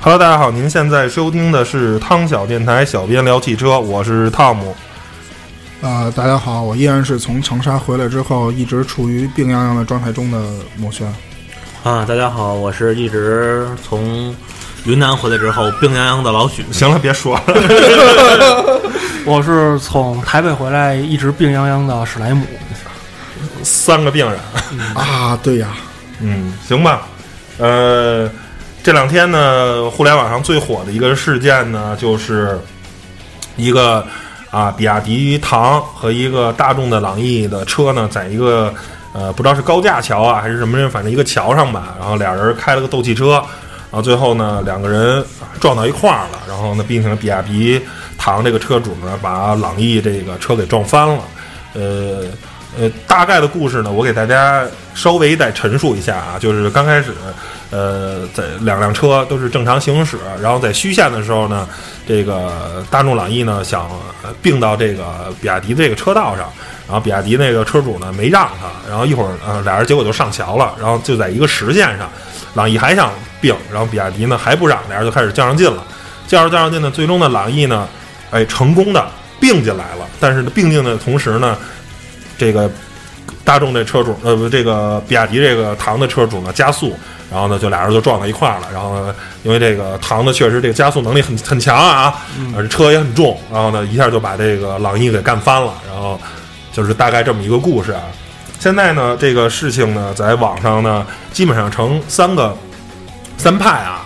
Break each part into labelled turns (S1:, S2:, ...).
S1: Hello，大家好，您现在收听的是汤小电台，小编聊汽车，我是汤姆。
S2: 呃，大家好，我依然是从长沙回来之后一直处于病殃殃的状态中的某轩。
S3: 啊，大家好，我是一直从云南回来之后病殃殃的 老许。
S1: 行了，别说了，
S4: 我是从台北回来，一直病殃殃的史莱姆。
S1: 三个病人，
S2: 啊，对呀，
S1: 嗯，行吧。呃，这两天呢，互联网上最火的一个事件呢，就是一个啊，比亚迪唐和一个大众的朗逸的车呢，在一个呃，不知道是高架桥啊还是什么，反正一个桥上吧，然后俩人开了个斗气车，然后最后呢，两个人啊撞到一块儿了，然后呢，并且比亚迪唐这个车主呢，把朗逸这个车给撞翻了，呃。呃，大概的故事呢，我给大家稍微再陈述一下啊，就是刚开始，呃，在两辆车都是正常行驶，然后在虚线的时候呢，这个大众朗逸呢想呃并到这个比亚迪这个车道上，然后比亚迪那个车主呢没让他，然后一会儿呃俩人结果就上桥了，然后就在一个实线上，朗逸还想并，然后比亚迪呢还不让，俩人就开始较上劲了，较着较上劲呢，最终呢朗逸呢，哎成功的并进来了，但是呢并进的同时呢。这个大众这车主，呃，不，这个比亚迪这个唐的车主呢加速，然后呢就俩人就撞到一块儿了。然后呢，因为这个唐的确实这个加速能力很很强啊，而车也很重，然后呢一下就把这个朗逸给干翻了。然后就是大概这么一个故事啊。现在呢，这个事情呢，在网上呢，基本上成三个三派啊。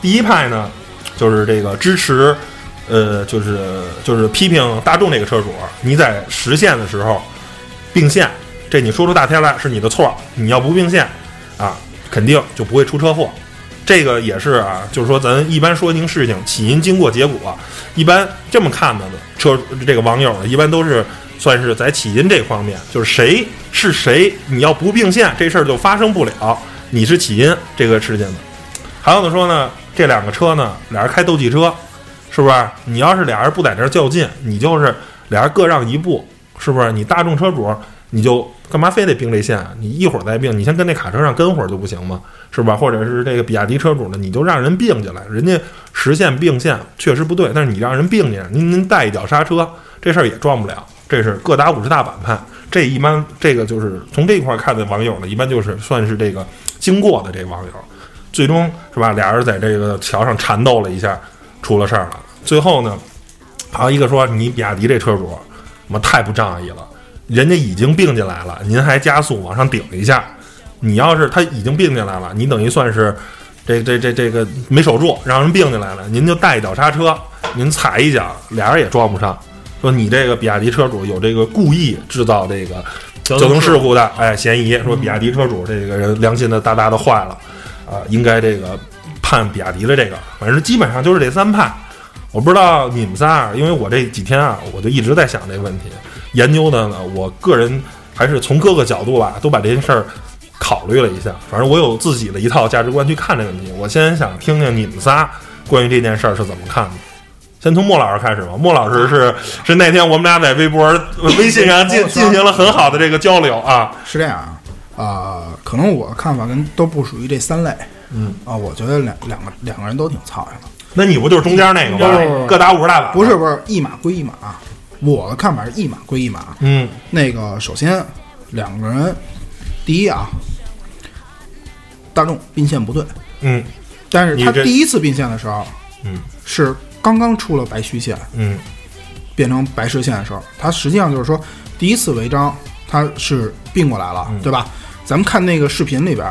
S1: 第一派呢，就是这个支持，呃，就是就是批评大众这个车主，你在实线的时候并线，这你说出大天来是你的错，你要不并线，啊，肯定就不会出车祸。这个也是啊，就是说咱一般说明事情起因、经过、结果，一般这么看的呢车这个网友呢，一般都是算是在起因这方面，就是谁是谁，你要不并线，这事儿就发生不了，你是起因这个事情的。还有的说呢，这两个车呢，俩人开斗气车，是不是？你要是俩人不在这儿较劲，你就是俩人各让一步，是不是？你大众车主你就干嘛非得并这线？啊你一会儿再并，你先跟那卡车上跟会儿就不行吗？是吧？或者是这个比亚迪车主呢，你就让人并进来，人家实线并线确实不对，但是你让人并进来，您您带一脚刹车，这事儿也撞不了。这是各打五十大板判，这一般这个就是从这一块看的网友呢，一般就是算是这个经过的这网友，最终是吧？俩人在这个桥上缠斗了一下，出了事儿了。最后呢，还有一个说你比亚迪这车主，我太不仗义了，人家已经并进来了，您还加速往上顶一下，你要是他已经并进来了，你等于算是这这这这个没守住，让人并进来了，您就带一脚刹车，您踩一脚，俩人也撞不上。说你这个比亚迪车主有这个故意制造这个交通事故的哎嫌疑，说比亚迪车主这个人良心的大大的坏了，啊、应该这个判比亚迪的这个，反正基本上就是这三判。我不知道你们仨，因为我这几天啊，我就一直在想这个问题，研究的呢，呃我个人还是从各个角度吧，都把这件事儿考虑了一下。反正我有自己的一套价值观去看这个问题。我先想听听你们仨关于这件事儿是怎么看的。先从莫老师开始吧。莫老师是是那天我们俩在微博、微信上进进行了很好的这个交流啊。
S2: 是这样啊，啊、可能我看法跟都不属于这三类。嗯啊，我觉得两两个两个人都挺操心的，
S1: 那你不就是中间那个吗？各打五十大板。
S2: 不是，不是，一码归一码。我的看法是一码归一码。
S1: 嗯
S2: 那个首先两个人，第一啊，大众并线不对，
S1: 嗯
S2: 但是
S1: 你
S2: 他
S1: 这
S2: 第一次并线的时候
S1: 嗯
S2: 是刚刚出了白虚线，
S1: 嗯
S2: 变成白实线的时候，它实际上就是说第一次违章它是并过来了，
S1: 嗯
S2: 对吧？咱们看那个视频里边，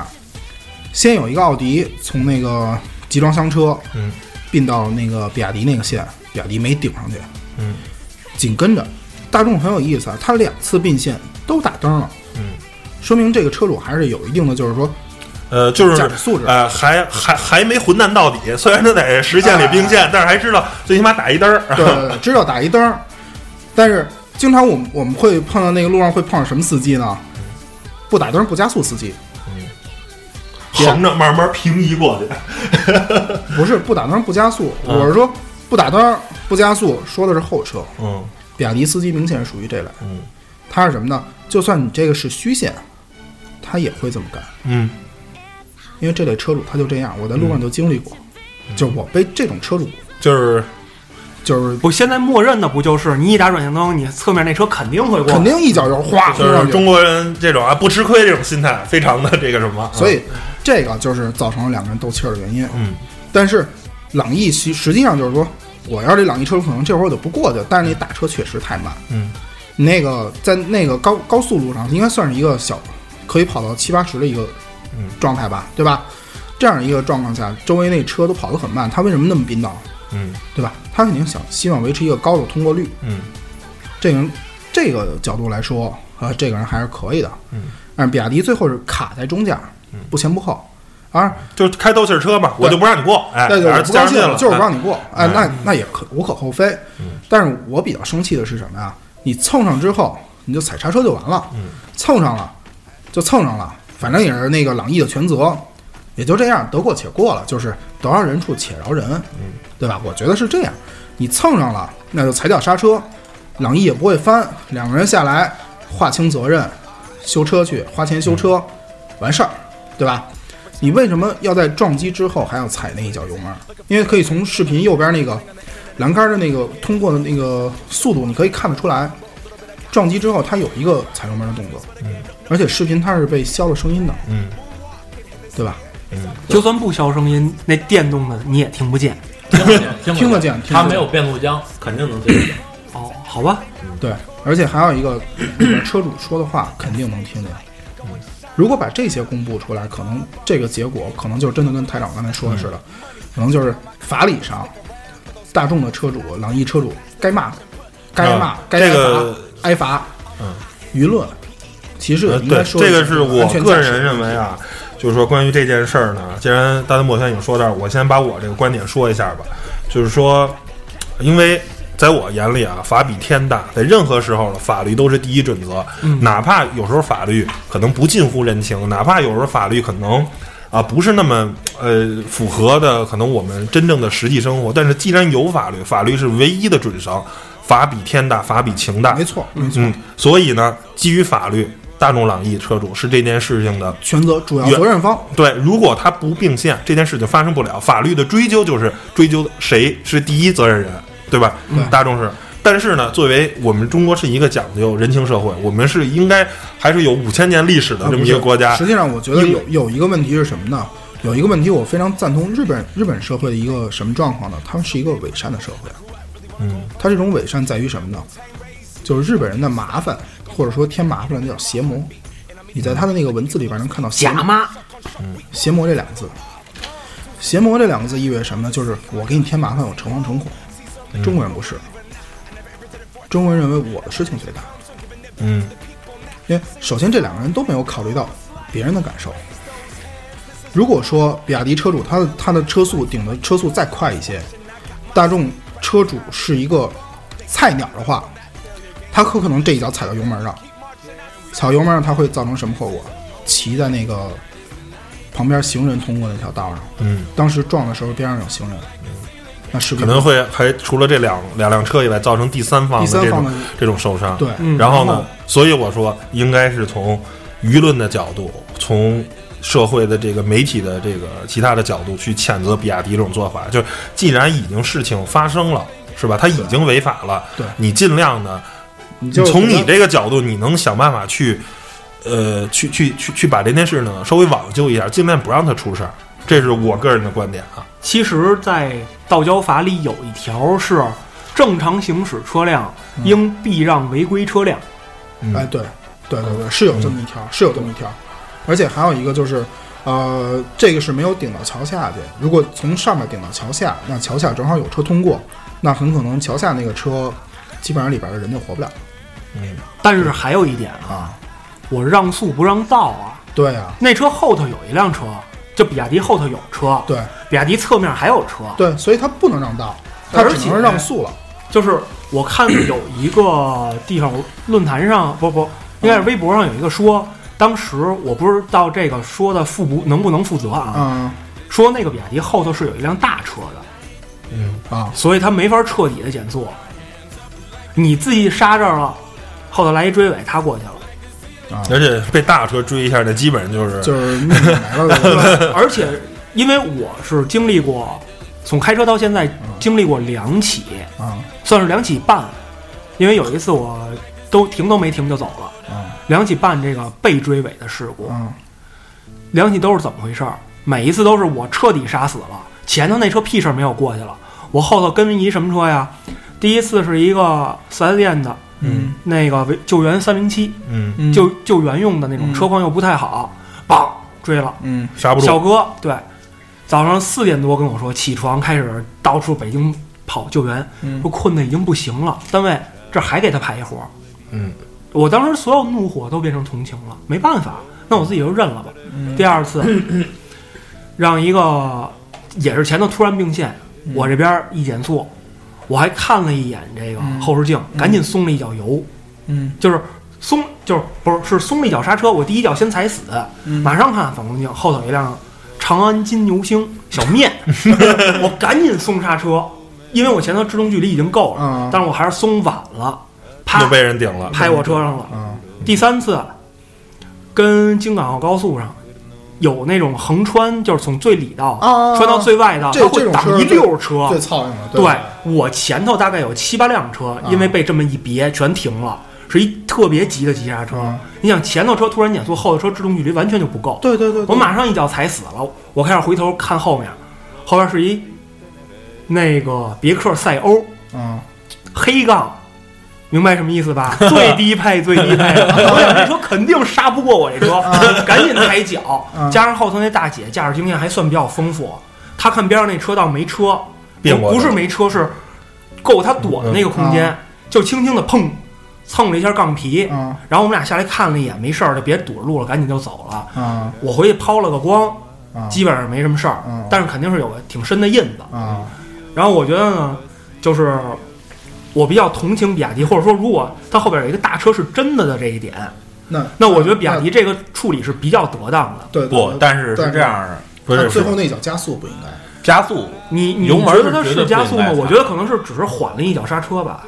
S2: 先有一个奥迪从那个集装箱车，
S1: 嗯，
S2: 并到那个比亚迪那个线，比亚迪没顶上去，
S1: 嗯，
S2: 紧跟着大众很有意思啊，它两次并线都打灯了，
S1: 嗯，
S2: 说明这个车主还是有一定的就是说
S1: 呃，就是
S2: 驾驶素质
S1: 呃，还还还没混蛋到底。虽然他在实践里并线，但是还知道最起码打一灯 儿。
S2: 哎对对，对，知道打一灯儿。但是经常我们我们会碰到那个路上会碰上什么司机呢？不打灯儿不加速司机，
S1: 横着慢慢平移过去。
S2: 不是不打灯儿不加速，我是说不打灯儿不加速，说的是后车。
S1: 嗯
S2: 比亚迪司机明显是属于这类，
S1: 嗯
S2: 他是什么呢？就算你这个是虚线，他也会这么干，
S1: 嗯嗯
S2: 因为这类车主他就这样，我在路上就经历过。就我被这种车主，
S1: 就是
S2: 就是
S4: 不，现在默认的不就是你一打转向灯，你侧面那车肯定会过，
S2: 肯定一脚油哗
S1: 就
S2: 轰上
S1: 是
S2: 去。
S1: 中国人这种啊不吃亏这种心态，非常的这个什么，
S2: 所以这个就是造成了两个人斗气儿的原因。
S1: 嗯，
S2: 但是朗逸其实际上就是说，我要是这朗逸车主，可能这会儿我就不过去了。但是那大车确实太慢，
S1: 嗯
S2: 那个在那个高高速路上，应该算是一个小，可以跑到七八十的一个
S1: 嗯
S2: 状态吧，对吧？这样一个状况下，周围那车都跑得很慢，他为什么那么逼闹，
S1: 嗯
S2: 对吧？他肯定想希望维持一个高的通过率。
S1: 嗯
S2: 这个人这个角度来说，啊，这个人还是可以的。
S1: 嗯，
S2: 但是比亚迪最后是卡在中间，不前不后。而
S1: 嗯，就是开斗气儿车嘛，我就不让你过，哎，
S2: 对对，
S1: 俩
S2: 我
S1: 人
S2: 不
S1: 加
S2: 高
S1: 上
S2: 兴
S1: 劲了，
S2: 就是不
S1: 哎
S2: 让你过，哎，
S1: 哎嗯
S2: 那那也可无可厚非。但是我比较生气的是什么呀？你蹭上之后，你就踩刹车就完了，
S1: 嗯
S2: 蹭上了就蹭上了，反正也是那个朗逸的全责，也就这样，得过且过了，就是得饶人处且饶人，
S1: 嗯
S2: 对吧？我觉得是这样，你蹭上了，那就踩脚刹车，朗逸也不会翻，两个人下来划清责任，修车去，花钱修
S1: 嗯
S2: 车，完事儿，对吧？你为什么要在撞击之后还要踩那一脚油门？因为可以从视频右边那个栏杆的那个通过的那个速度，你可以看得出来，撞击之后它有一个踩油门的动作，而且视频它是被消了声音的，
S1: 嗯
S2: 对吧？
S4: 就算不消声音，那电动的你也听不见。
S3: 听
S2: 听
S3: 得
S2: 得见，听
S3: 它
S2: 得
S3: 没
S2: 见
S3: 有变速箱，肯定能听得见。
S4: 哦，好吧，
S2: 对，而且还有一个，里边车主说的话肯定能听见。嗯如果把这些公布出来，可能这个结果可能就真的跟台长刚才说的似的，
S1: 嗯
S2: 可能就是法理上，大众的车主、朗逸车主该骂，该骂，
S1: 啊
S2: 该
S1: 这
S2: 挨罚，
S1: 个
S2: 挨罚。
S1: 嗯，
S2: 舆论其实
S1: 呃，
S2: 应该
S1: 对，
S2: 说
S1: 这个是我
S2: 安全
S1: 个
S2: 驾驶
S1: 人认为啊，就是说关于这件事儿呢，既然大家墨轩已经说到这儿，我先把我这个观点说一下吧，就是说，因为。在我眼里啊，法比天大，在任何时候呢，法律都是第一准则。
S2: 嗯
S1: 哪怕有时候法律可能不近乎人情，哪怕有时候法律可能啊不是那么呃符合的，可能我们真正的实际生活。但是既然有法律，法律是唯一的准绳，法比天大，法比情大。
S2: 没错，没错，
S1: 嗯，所以呢，基于法律，大众朗逸车主是这件事情的
S2: 全责主要
S1: 原
S2: 责任方
S1: 对。如果他不并线，这件事情发生不了。法律的追究就是追究谁是第一责任人，对吧？
S2: 对
S1: 大众是。但是呢，作为我们中国是一个讲究人情社会，我们是应该还是有五千年历史的这么一个国家
S2: 啊实。际上，我觉得
S1: 英
S2: 有有一个问题是什么呢？有一个问题，我非常赞同日本日本社会的一个什么状况呢？他们是一个伪善的社会。
S1: 嗯，
S2: 它这种伪善在于什么呢？就是日本人的麻烦，或者说添麻烦了，那叫邪魔。你在他的那个文字里边能看到邪
S4: 假妈，
S2: 邪魔这两个字。邪魔这两个字意味着什么呢？就是我给你添麻烦，我诚惶诚恐。中国人不是，中国人认为我的事情最大，
S1: 嗯
S2: 因为首先这两个人都没有考虑到别人的感受。如果说比亚迪车主他的他的车速顶的车速再快一些，大众车主是一个菜鸟的话，他很可能这一脚踩到油门上，踩到油门上他会造成什么后果？骑在那个旁边行人通过那条道上，
S1: 嗯，
S2: 当时撞的时候边上有行人，那是不
S1: 可
S2: 是
S1: 能会还除了这两两辆车以外，造成第三方
S2: 第
S1: 的
S2: 三
S1: 这
S2: 方
S1: 种
S2: 的
S1: 这种受伤。
S2: 对
S4: 嗯
S1: 然后
S4: 然
S1: 呢
S4: 后，
S1: 所以我说应该是从舆论的角度，从社会的这个媒体的这个其他的角度去谴责比亚迪这种做法。就是既然已经事情发生了，是吧？它已经违法了，
S2: 对
S1: 你尽量呢，
S2: 你就
S1: 从
S2: 觉
S1: 你
S2: 得
S1: 这个角度，你能想办法去，呃，去去去去把这件事呢稍微挽救一下，尽量不让它出事儿。这是我个人的观点啊。
S4: 其实，在道交法里有一条是，正常行驶车辆
S2: 嗯
S4: 应避让违规车辆。
S1: 嗯
S2: 哎，对，对对对，是有这么一
S4: 嗯
S2: 条，是有这么一条，而且还有一个就是，呃，这个是没有顶到桥下去，如果从上面顶到桥下，那桥下正好有车通过，那很可能桥下那个车基本上里边的人就活不了
S1: 嗯
S4: 但是还有一点啊，
S2: 啊。
S4: 我让速不让道啊，
S2: 对啊，
S4: 那车后头有一辆车，就比亚迪后头有车，
S2: 对
S4: 比亚迪侧面还有车，
S2: 对，所以他不能让道，他
S4: 而
S2: 只
S4: 且
S2: 能让速了。
S4: 就是我看有一个地方论坛上，不不，应该是微博上有一个说，当时我不知道这个说的负不能不能负责啊，
S2: 嗯
S4: 说那个比亚迪后头是有一辆大车的，
S1: 嗯，
S2: 啊，
S4: 所以他没法彻底的减速。你自己刹这儿了，后头来一追尾，他过去了。
S1: 而且被大车追一下，那基本上就是
S2: 就是命没了。对吧
S4: 而且因为我是经历过从开车到现在经历过两起，
S2: 啊
S4: 算是两起半，因为有一次我都停都没停就走了。
S2: 啊
S4: 两起半这个被追尾的事故，
S2: 啊
S4: 两起都是怎么回事儿？每一次都是我彻底杀死了，前头那车屁事儿没有过去了，我后头跟一什么车呀？第一次是一个四 S 店的
S2: 嗯
S4: 那个维救援三零七，
S1: 嗯，
S2: 嗯
S4: 救救援用的那种，
S2: 嗯
S4: 车况又不太好，梆追了。
S2: 嗯
S1: 刹不
S4: 小
S1: 住，
S4: 哥对，早上四点多跟我说起床开始到处北京跑救援，
S2: 嗯
S4: 说困的已经不行了，单位这还给他排一活儿。
S1: 嗯，
S4: 我当时所有怒火都变成同情了，没办法，那我自己就认了吧。
S2: 嗯
S4: 第二次，让一个也是前头突然并线，
S2: 嗯
S4: 我这边一减速，我还看了一眼这个
S2: 嗯
S4: 后视镜，赶紧松了一脚油，
S2: 嗯
S4: 就是松，就是不是是松了一脚刹车，我第一脚先踩死，
S2: 嗯
S4: 马上看反光镜，后头有一辆长安金牛星小 面，我赶紧松刹车，因为我前头制动距离已经够了，
S2: 嗯
S4: 但是我还是松晚了，
S1: 又
S4: 啪
S1: 被人顶了。
S4: 拍我车上了。
S2: 啊
S4: 第三次，跟京港澳高速上有那种横穿，就是从最里道、
S2: 啊
S4: 穿到最外道，
S2: 这
S4: 它会挡一溜车。
S2: 最操心了，
S4: 对我前头大概有七八辆车，
S2: 啊
S4: 因为被这么一别全停了，是一特别急的急刹车。
S2: 嗯
S4: 你想前头车突然减速，后头车制动距离完全就不够。
S2: 对对对，
S4: 我马上一脚踩死了，我开始回头看后面，后边是一那个别克赛欧
S2: 啊
S4: 黑杠，明白什么意 思吧？最低配，最低配。我想这车肯定杀不过我这车，赶紧抬脚
S2: 啊。
S4: 加上后头那大姐驾驶经验还算比较丰富，她看边上那车道没车，
S1: 别过
S4: 不
S1: 去
S4: 是没车，是够她躲的那个空
S2: 嗯
S4: 间，就轻轻的碰蹭了一下杠皮。
S2: 啊
S4: 然后我们俩下来看了一眼，没事儿，就别堵着路了，赶紧就走了。
S2: 啊
S4: 我回去抛了个光，
S2: 啊
S4: 基本上没什么事儿
S2: 嗯，
S4: 但是肯定是有个挺深的印子。
S2: 啊
S4: 然后我觉得呢，就是我比较同情比亚迪，或者说如果它后边有一个大车是真的的这一点，
S2: 那
S4: 那我
S3: 啊
S4: 觉得比亚迪这个处理是比较得当的。
S2: 对
S3: 不，但是是这，样的，
S1: 不
S2: 他
S1: 是
S2: 最后那脚加速不应该。
S3: 加速
S4: 你你
S3: 油门是
S4: 觉得它
S3: 绝对
S4: 是
S3: 不
S4: 加速吗
S3: 应该？
S4: 我觉得可能是只是缓了一脚刹车吧。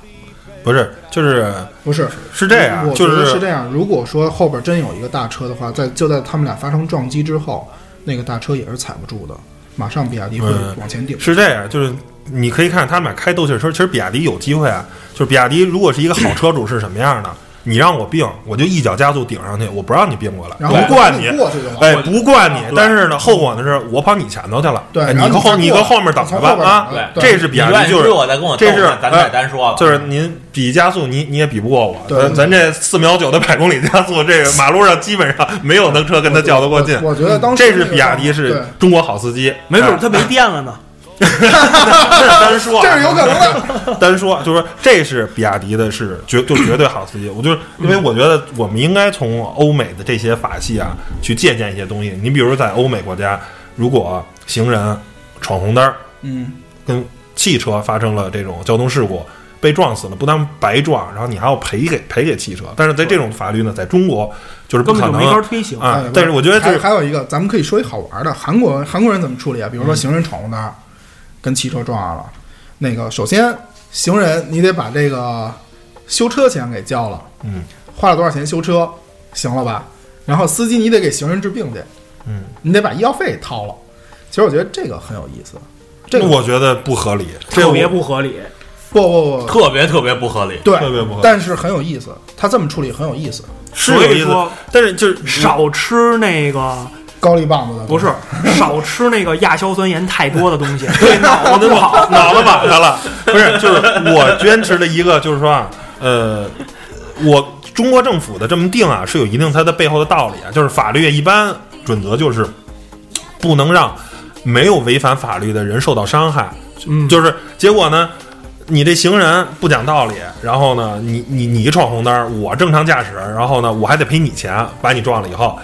S1: 不是，就是
S2: 不是，
S1: 是这样，
S2: 我觉
S1: 就
S2: 得
S1: 是
S2: 是这样。如果说后边真有一个大车的话，在就在他们俩发生撞击之后，那个大车也是踩不住的，马上比亚迪会
S1: 嗯
S2: 往前顶。
S1: 是这样，就是你可以看他们俩开斗气儿车，其实比亚迪有机会啊。就是比亚迪如果是一个好车主是什么样的，你让我并，我就一脚加速顶上去，我不让你并过来，
S2: 然后
S1: 我不惯你。
S2: 过去就完了。
S1: 哎，不惯你，
S3: 对
S1: 但是呢，后果呢是我跑你前头去了，
S2: 对
S1: 哎
S2: 然后
S1: 你
S2: 你
S1: 后
S2: 再
S1: 你
S2: 过
S1: 跟
S2: 来
S1: 后面等
S2: 从
S1: 着
S2: 后边
S1: 吧
S2: 等
S1: 啊！
S2: 对
S1: 这是比亚迪，就是
S3: 我再跟我斗
S1: 这是
S3: 呢咱
S1: 哎
S3: 再单说了，
S1: 就是您比加速，你你也比不过我。
S2: 对
S1: 咱咱这四秒九的百公里加速，这个马路上基本上没有能车跟他较得过劲。
S2: 我我觉得当时
S1: 这
S2: 那
S1: 是
S2: 个
S1: 比亚迪，是
S2: 对
S1: 中国好司机。
S4: 没
S3: 啊
S4: 准它没电了呢。
S1: 单说啊，
S2: 这是有可能 的。
S1: 单说，就是说这是比亚迪的是绝就绝对好司机。我就是因为我觉得我们应该从欧美的这些法系啊去借鉴一些东西。你比如在欧美国家，如果行人闯红灯儿
S2: 嗯
S1: 跟汽车发生了这种交通事故。被撞死了，不但白撞，然后你还要赔给赔给汽车。但是在这种法律呢，在中国就是不
S4: 根
S1: 可
S4: 本
S1: 能
S4: 就没法推行。
S1: 啊
S2: 哎。
S1: 但是我觉得
S2: 还
S1: 这
S2: 还有一个，咱们可以说一好玩的，韩国韩国人怎么处理啊？比
S1: 嗯
S2: 如说行人闯红灯，跟汽车撞上了，那个首先行人你得把这个修车钱给交了，
S1: 嗯，
S2: 花了多少钱修车，行了吧？然后司机你得给行人治病去，
S1: 嗯，
S2: 你得把医药费给掏了。其实我觉得这个很有意思，这个
S1: 我觉得不合理，这
S4: 特
S1: 我
S4: 别不合理，
S2: 不不不，
S3: 特别特别不合理。
S2: 对，
S1: 特别不合理
S2: 但是很有意思，他这么处理很有意思，
S1: 是
S4: 所
S1: 有
S4: 以
S1: 意思
S4: 说，
S1: 但是就是
S4: 少吃那个
S3: 嗯
S2: 高丽棒子的
S4: 不是，少吃那个亚硝酸盐太多的 东西，对脑子不好。
S1: 脑子晚上了，不是，就是我坚持的一个，就是说啊，呃，我中国政府的这么定啊，是有一定它的背后的道理啊，就是法律一般准则就是不能让没有违反法律的人受到伤害，
S4: 嗯，
S1: 就是结果呢。你这行人不讲道理，然后呢，你你你闯红灯，我正常驾驶，然后呢，我还得赔你钱，把你撞了以后，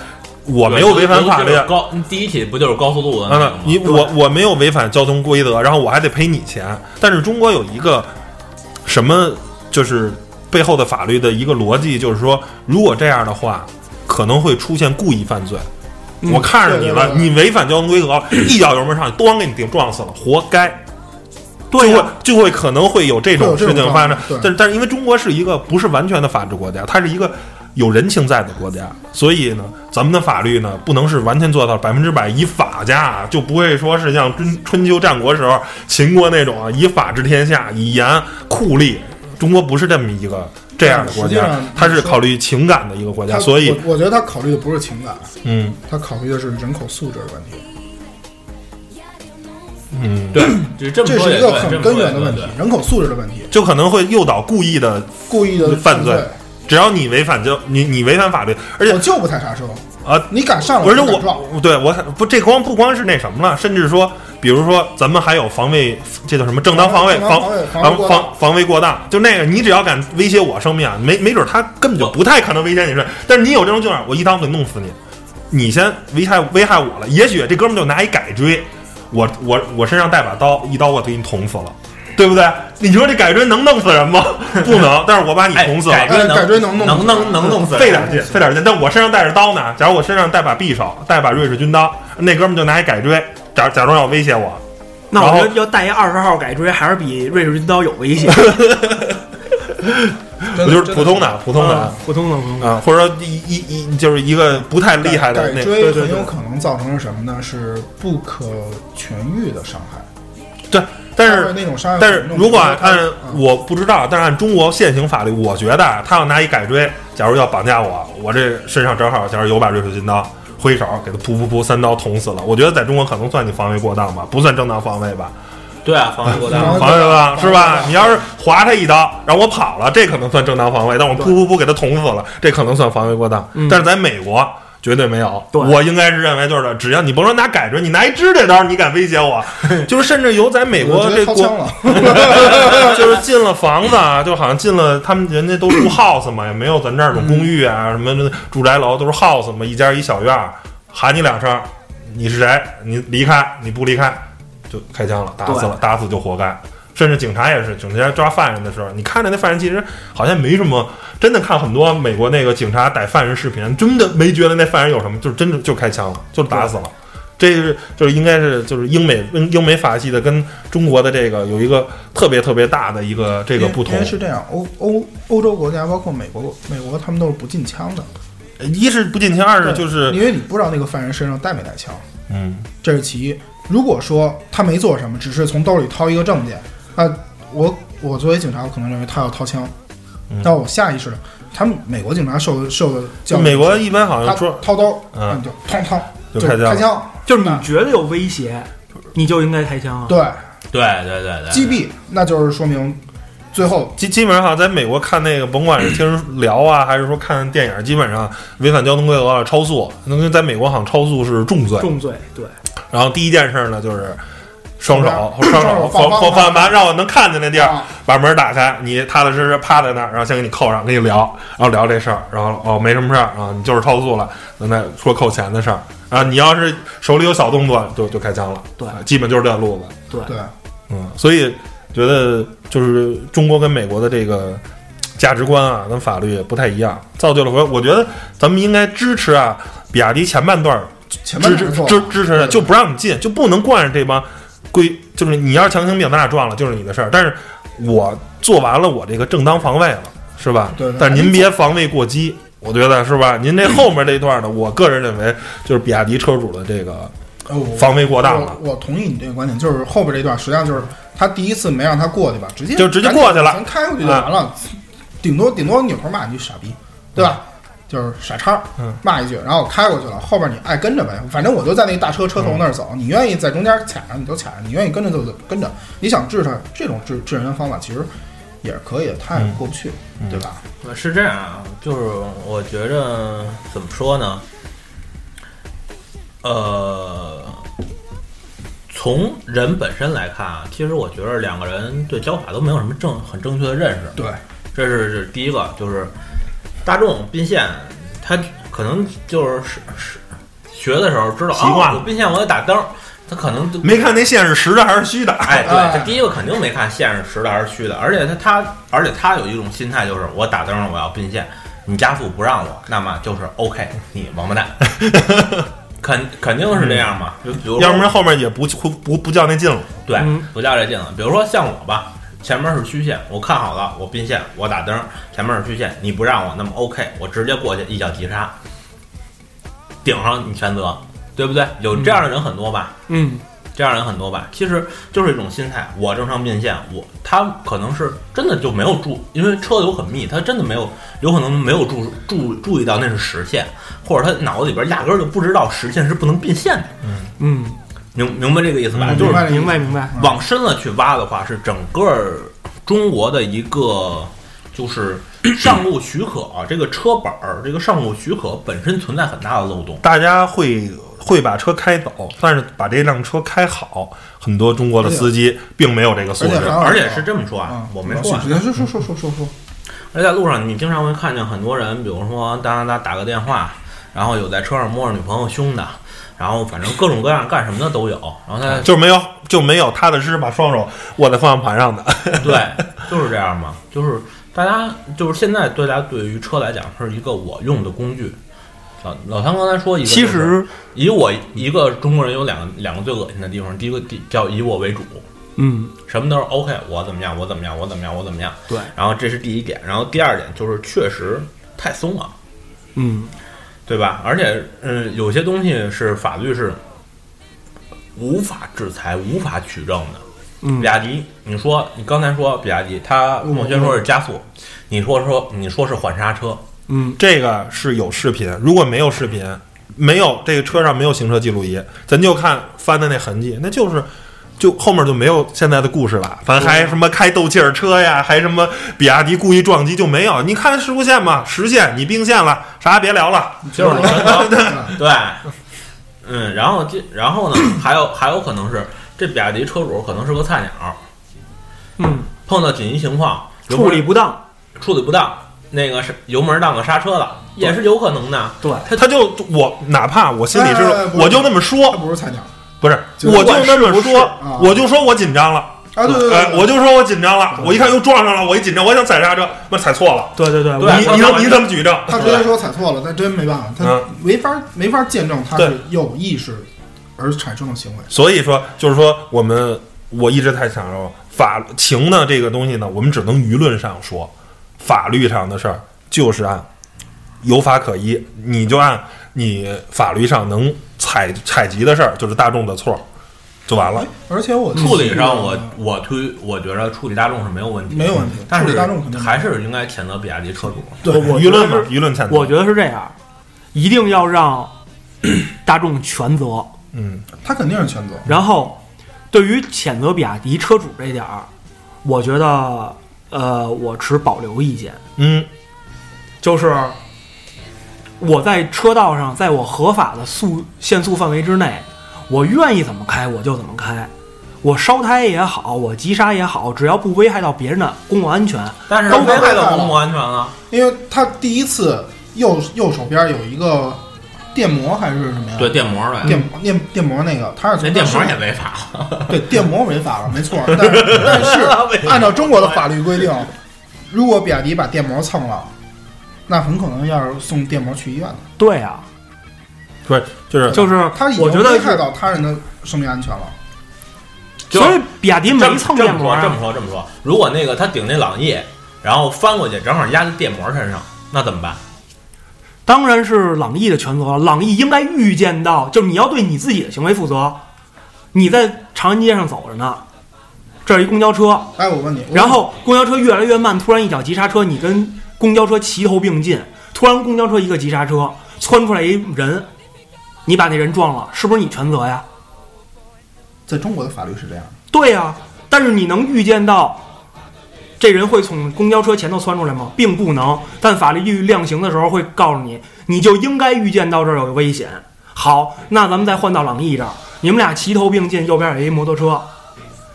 S1: 我没有违反法律，
S3: 尤其是高第一起不就是高速路的那个
S1: 嗯
S2: 啊
S3: 吗，？
S1: 你我我没有违反交通规则，然后我还得赔你钱。但是中国有一个什么，就是背后的法律的一个逻辑，就是说，如果这样的话，可能会出现故意犯罪。
S4: 嗯
S1: 我看着你了，
S2: 对对对
S1: 你违反交通规则了，一脚油门上去，咣给你顶撞死了，活该。
S4: 对
S1: 就
S4: 呀、
S1: 会就会可能会有这种事
S2: 会有这
S1: 情
S2: 种
S1: 发生
S2: 状况对。
S1: 但是但是因为中国是一个不是完全的法治国家，它是一个有人情在的国家，所以呢，咱们的法律呢不能是完全做到百分之百以法家啊，就不会说是像春春秋战国时候秦国那种啊以法治天下，以严酷吏。中国不是这么一个这样的国
S2: 实际
S1: 家
S2: 上，
S1: 它是考虑情感的一个国家，
S2: 他
S1: 所以
S2: 我我觉得他考虑的不是情感，
S1: 嗯
S2: 他考虑的是人口素质的问题，
S1: 嗯，
S5: 对，就是这么
S2: 这
S5: 说
S2: 是
S5: 也
S2: 一个
S5: 对
S2: 很根源的问。题
S5: 这么说也对对，
S2: 人口素质的问题，
S1: 就可能会诱导故意的，
S2: 故意的
S1: 犯罪
S2: 罪，
S1: 只要你违反就你你违反法律，而且
S2: 我就不太刹车
S1: 啊
S2: 你敢上来，
S1: 而且
S2: 敢撞
S1: 我对我不这光不光是那什么了，甚至说，比如说咱们还有防卫，这叫什么正当防卫
S2: 正
S1: 防
S2: 当防卫防卫
S1: 防
S2: 过
S1: 防防卫过当，就那个你只要敢威胁我生命啊，没没准他根本就不太可能威胁你是，但是你有这种劲儿，我一刀给弄死你，你先危害危害我了，也许这哥们儿就拿一改锥，我我我身上带把刀，一刀我给你捅死了。对不对？你说这改锥能弄死人吗？ 不能，但是我把你
S3: 哎
S1: 捅死了。
S3: 改锥
S2: 哎改锥
S3: 能
S2: 能
S3: 能
S2: 弄
S3: 能能弄死人
S1: 费点劲，费点劲。但我身上带着刀呢，假如我身上带把匕首，带把瑞士军刀，那哥们儿就拿一改锥，假假装要威胁我。
S4: 那我
S1: 然后
S4: 觉得要带一二十号改锥，还是比瑞士军刀有威胁。
S2: 真
S1: 我
S2: 的嗯
S1: 就是普通的，普通的
S4: 啊普通的，普通的。
S1: 啊，或者说一一一就是一个不太厉害的
S2: 改
S1: 那
S2: 锥
S1: 对对
S2: 很
S1: 对
S2: 有，可能造成什么呢？是不可痊愈的伤害。
S1: 对。但
S2: 它
S1: 是
S2: 会那种伤害
S1: 但
S2: 很
S1: 是
S2: 重，
S1: 如果
S2: 它
S1: 按
S2: 会
S1: 按
S2: 嗯
S1: 我不知道，但是按中国现行法律，我觉得啊他要拿一改锥，假如要绑架我，我这身上正好假如有把瑞士军刀。挥手给他噗噗噗三刀捅死了，我觉得在中国可能算你防卫过当吧，不算正当防卫吧。
S5: 对啊，防卫过
S2: 防
S5: 当。
S2: 卫
S1: 防卫吧，是啊吧
S2: 防卫吧？
S1: 你要是划他一刀，让我跑了，这可能算正当防卫，但我噗噗噗给他捅死了，这可能算防卫过当。但是在美国绝嗯对没有，
S4: 对
S1: 我应该是认为就是，只要你甭说拿改锥，你拿一指甲刀，你敢威胁我， 就是甚至有在美
S2: 我
S1: 国
S2: 直
S1: 这
S2: 接掏
S1: 国
S2: 枪了，
S1: 就是进了房子啊，就好像进了他们人家都住 house 嘛，也没有咱这儿种公寓啊，什么住宅楼都是 house 嘛，一家一小院儿，喊你两声，你是谁？你离开，你不离开，就开枪了，打死了，打死就活该。甚至警察也是，警察抓犯人的时候，你看着那犯人其实好像没什么，真的看很多美国那个警察逮犯人视频，真的没觉得那犯人有什么，就是真的就开枪了，就打死了。这是就是应该是就是英美英英美法系的跟中国的这个有一个特别特别大的一个这个不同
S2: 因为因为，是这样，欧欧欧洲国家包括美国，美国他们都是不禁枪的，
S1: 一是不进枪，二是
S2: 对
S1: 就是
S2: 因为你不知道那个犯人身上带没带枪，
S1: 嗯
S2: 这是其一。如果说他没做什么，只是从兜里掏一个证件，那我我作为警察，我可能认为他要掏枪
S1: 嗯，
S2: 那我下意识的，他们美国警察受的受的教育，
S1: 美国一般好
S2: 他
S1: 像说
S2: 掏兜，
S1: 嗯
S2: 那你就哐哐
S1: 就开
S2: 开
S1: 枪哎了
S2: 枪，
S4: 就是你觉得有威胁，你就应该开枪啊。
S2: 对，
S5: 对对对对，
S2: 击毙，那就是说明最后
S1: 基基本上好像在美国看那个，甭管是听人聊啊，还是说看电影，基本上违反交通规则了超速，那跟在美国好像超速是重罪。
S4: 重罪，对，
S1: 然后第一件事呢就是双手双
S2: 双手
S1: 手
S2: 放
S1: 放放
S2: 放
S1: 放完，让我能看见那地儿。
S2: 啊，
S1: 把门打开，你踏踏实实趴在那儿，然后先给你扣上，跟你聊，然后聊这事儿，然后哦没什么事儿啊，你就是超速了，那再说扣钱的事儿啊，你要是手里有小动作就就开枪了，
S4: 对
S1: 啊基本就是这路子，
S2: 对，
S1: 嗯，所以觉得就是中国跟美国的这个价值观啊，跟法律也不太一样，造就了我，我觉得咱们应该支持啊，比亚迪前半段儿
S2: 前面
S1: 支
S2: 是
S1: 支
S2: 错，
S1: 支支持的，
S2: 对
S1: 就不让你进，就不能惯着这帮规，就是你要是强行并，咱俩撞了就是你的事儿。但是我做完了我这个正当防卫了，是吧？
S2: 对对
S1: 但是您别防卫过激，我觉得是吧？您这后面这一段呢，我个人认为就是比亚迪车主的这个
S2: 呃我
S1: 防卫过当了。
S2: 我我同意你这个观点，就是后边这段实际上就是他第一次没让他过去吧，直接
S1: 就直接过去了啊
S2: 咱开过去就完了，顶多顶多扭头骂一句傻逼，对吧？就是傻叉
S1: 嗯，
S2: 骂一句，然后开过去了，后边你爱跟着呗，反正我就在那大车车头那儿走，你愿意在中间卡上你就卡上，你愿意跟着就跟着，你想治他这种治治人的方法其实也是可以的，他
S1: 嗯
S2: 也过不去，对吧？
S5: 呃是这样啊，就是我觉着怎么说呢？呃，从人本身来看啊，其实我觉得两个人对交法都没有什么正很正确的认识。
S2: 对，
S5: 这是这是第一个，就是大众并线，他可能就是是是学的时候知道
S1: 习惯
S5: 哦
S1: 了
S5: 我并线我得打灯儿，他可能就
S1: 没看那线是实的还是虚的？
S5: 哎，对，
S2: 哎
S5: 他第一个肯定没看线是实的还是虚的，而且他他，而且他有一种心态就是我打灯了，我要并线，你加速不让我，那么就是 OK，你王八蛋，肯肯定是这样嘛。就比如说
S1: 要不然后面也不不不不较那劲了。
S5: 对
S4: 嗯
S5: 不较这劲了。比如说像我吧，前面是虚线，我看好了，我并线，我打灯，前面是虚线，你不让我，那么 OK，我直接过去一脚急刹，顶上你全责，对不对？有这样的人很多吧？
S4: 嗯，
S5: 这样的人很多吧？其实就是一种心态，我正常并线，我他可能是真的就没有注，因为车流很密，他真的没有，有可能没有注注注意到那是实线，或者他脑子里边压根儿就不知道实线是不能并线的，
S4: 嗯，
S5: 明明白这个意思吧？
S1: 嗯
S5: 就是
S2: 明白了
S4: 明白明白，
S5: 往深了去挖的话，是整个中国的一个就是上路许可、这个车本儿，这个上路许可本身存在很大的漏洞。
S1: 大家会会把车开走，但是把这辆车开好，很多中
S4: 哎
S1: 国的司机并没有这个素
S2: 而且
S1: 质
S2: 还。有
S5: 而且是这么说啊
S2: 啊，，
S5: 我没说啊。
S2: 说说说说说说，
S1: 哦
S5: 而在路上，你经常会看见很多人，比如说哒哒哒打个电话，然后有在车上摸着女朋友胸的，然后反正各种各样干什么的都有。然后
S4: 啊
S5: 他
S1: 就没有就没有踏踏实实把双手握在方向盘上的，
S5: 对，就是这样嘛，就是大家就是现在大家对于车来讲是一个我用的工具。老老唐刚才说一个、
S4: 其实
S5: 以我一个中国人有两个两个最恶心的地方，第一个第叫以我为主，
S4: 嗯
S5: 什么都是 OK，我怎么样，我怎么样，我怎么样，我怎么样。
S4: 对，
S5: 然后这是第一点，然后第二点就是确实太松了，
S4: 嗯
S5: 对吧？而且，嗯，有些东西是法律是无法制裁、无法取证的。比
S4: 嗯
S5: 亚迪，你说你刚才说比亚迪，它孟轩说是加速，你说说你说是缓刹车，
S4: 嗯，
S1: 这个是有视频。如果没有视频，没有这个车上没有行车记录仪，咱就看翻的那痕迹，那就是。就后面就没有现在的故事了，咱还什么开斗气儿车呀，还什么比亚迪故意撞击就没有。你看事故线嘛，实线你并线了，啥也别聊了。
S5: 就是你全责。
S2: 嗯
S5: 对，嗯，然后这然后呢，还有还有可能是这比亚迪车主可能是个菜鸟，
S4: 嗯，
S5: 碰到紧急情况，油门
S4: 处理不当，
S5: 处理不当，那个是油门当个刹车了，也是有可能的。
S4: 对，
S1: 他就我哪怕我心里是
S2: 哎哎哎，不是
S1: 我就那么
S2: 他
S1: 说，
S2: 不是菜鸟
S1: 不是
S2: 就是
S1: 我就那么
S2: 不是
S1: 说
S2: 啊，
S1: 我就说我紧张了。
S2: 啊，对对
S1: 哎，
S2: 对，
S1: 我就说我紧张了，我一看又撞上了，我一紧张，我想踩刹车，妈踩错了。
S4: 对对对，啊
S5: 对
S1: 你
S5: 我
S1: 你
S5: 我
S1: 能你怎么举证？
S2: 他虽然说踩错了，但真没办法，他
S1: 啊嗯
S2: 没法没法见证他
S1: 对
S2: 是有意识而产生的行为。
S1: 所以说，就是说我们我一直在想说，法情呢这个东西呢，我们只能舆论上说，法律上的事儿就是按有法可依，你就按你法律上能采采集的事儿，就是大众的错儿，就完了
S2: 哎。，而且我
S5: 处理上我，
S2: 嗯
S5: 我推，我觉得处理大众是没有问题的，
S2: 没有问题
S5: 但
S2: 处
S5: 是
S2: 理大众肯定没有
S5: 还是应该谴责比亚迪车主。
S2: 对
S1: 我
S4: 我
S1: 舆论
S4: 觉
S1: 嘛
S4: 得，
S1: 舆论谴责。
S4: 我觉得是这样，一定要让大众全责，
S1: 嗯，
S2: 他肯定是全责。
S4: 然后，对于谴责比亚迪车主这点儿，我觉得，呃，我持保留意见。
S1: 嗯
S4: 就是我在车道上，在我合法的速限速范围之内，我愿意怎么开我就怎么开，我烧胎也好，我急刹也好，只要不危害到别人的公共安全，
S5: 但是
S2: 都
S5: 危害
S2: 违法
S5: 到
S2: 了
S5: 公共安全了，
S2: 因为他第一次右右手边有一个电摩还是什么呀？
S5: 对电摩呗，
S2: 电电电摩那个，他是
S5: 那
S2: 从
S5: 电摩也违法了。
S2: 对电摩违法了，没错。但是但是按照中国的法律规定，如果比亚迪把电摩蹭了，那很可能要是送电摩去医院的。
S4: 对啊，
S1: 不是，
S5: 嗯
S1: 就是
S4: 就是
S2: 他已经
S4: 我觉
S2: 危
S4: 得
S2: 害到他人的生命安全了。
S5: 就
S4: 所以比亚迪
S5: 这
S4: 没
S5: 么
S4: 蹭
S5: 这
S4: 电
S5: 么
S4: 摩
S5: 说，
S4: 啊，
S5: 这么说，这么说，如果那个他顶那朗逸，然后翻过去正好压在电摩身上，那怎么办？
S4: 当然是朗逸的全责了。朗逸应该预见到，就是你要对你自己的行为负责。你在长安街上走着呢，这儿一公交车，
S2: 哎，我问你，我
S4: 然后公交车越来越慢，突然一脚急刹车，你跟公交车齐头并进，突然公交车一个急刹车，窜出来一人，你把那人撞了，是不是你全责呀？
S2: 在中国的法律是这样的，
S4: 对呀、但是你能预见到这人会从公交车前头窜出来吗？并不能。但法律量刑的时候会告诉你，你就应该预见到这儿有危险。好，那咱们再换到朗逸这儿，你们俩齐头并进，右边有一摩托车，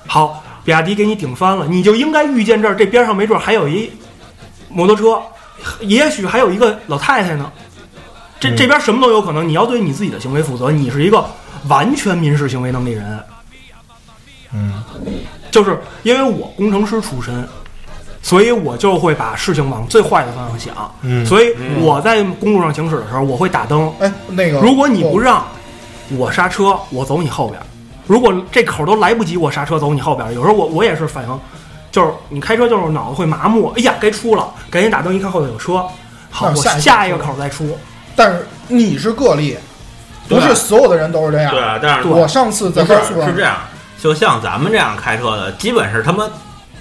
S4: 好，比亚迪给你顶翻了，你就应该预见这儿，这边上没准还有一摩托车，也许还有一个老太太呢。这
S1: 嗯
S4: 这边什么都有可能，你要对你自己的行为负责，你是一个完全民事行为能力人。
S1: 嗯，
S4: 就是因为我工程师出身，所以我就会把事情往最坏的方向想。
S1: 嗯
S4: 所以我在公路上行驶的时候，我会打灯。
S2: 哎，那个
S4: 如果你不
S2: 我
S4: 让我刹车，我走你后边儿；如果这口都来不及我刹车走你后边儿，有时候我我也是反应就是你开车就是脑子会麻木，哎呀该出了，赶紧打灯一看后头有车，好，
S2: 那
S4: 我
S2: 下一个
S4: 下一个口再出。
S2: 但是你是个例，
S5: 对
S2: 不是所有的人都是这样
S5: 对。啊，但是
S2: 我上次在
S5: 不
S2: 高
S5: 是
S2: 速上
S5: 是这样，就像咱们这样开车的，基本是他妈，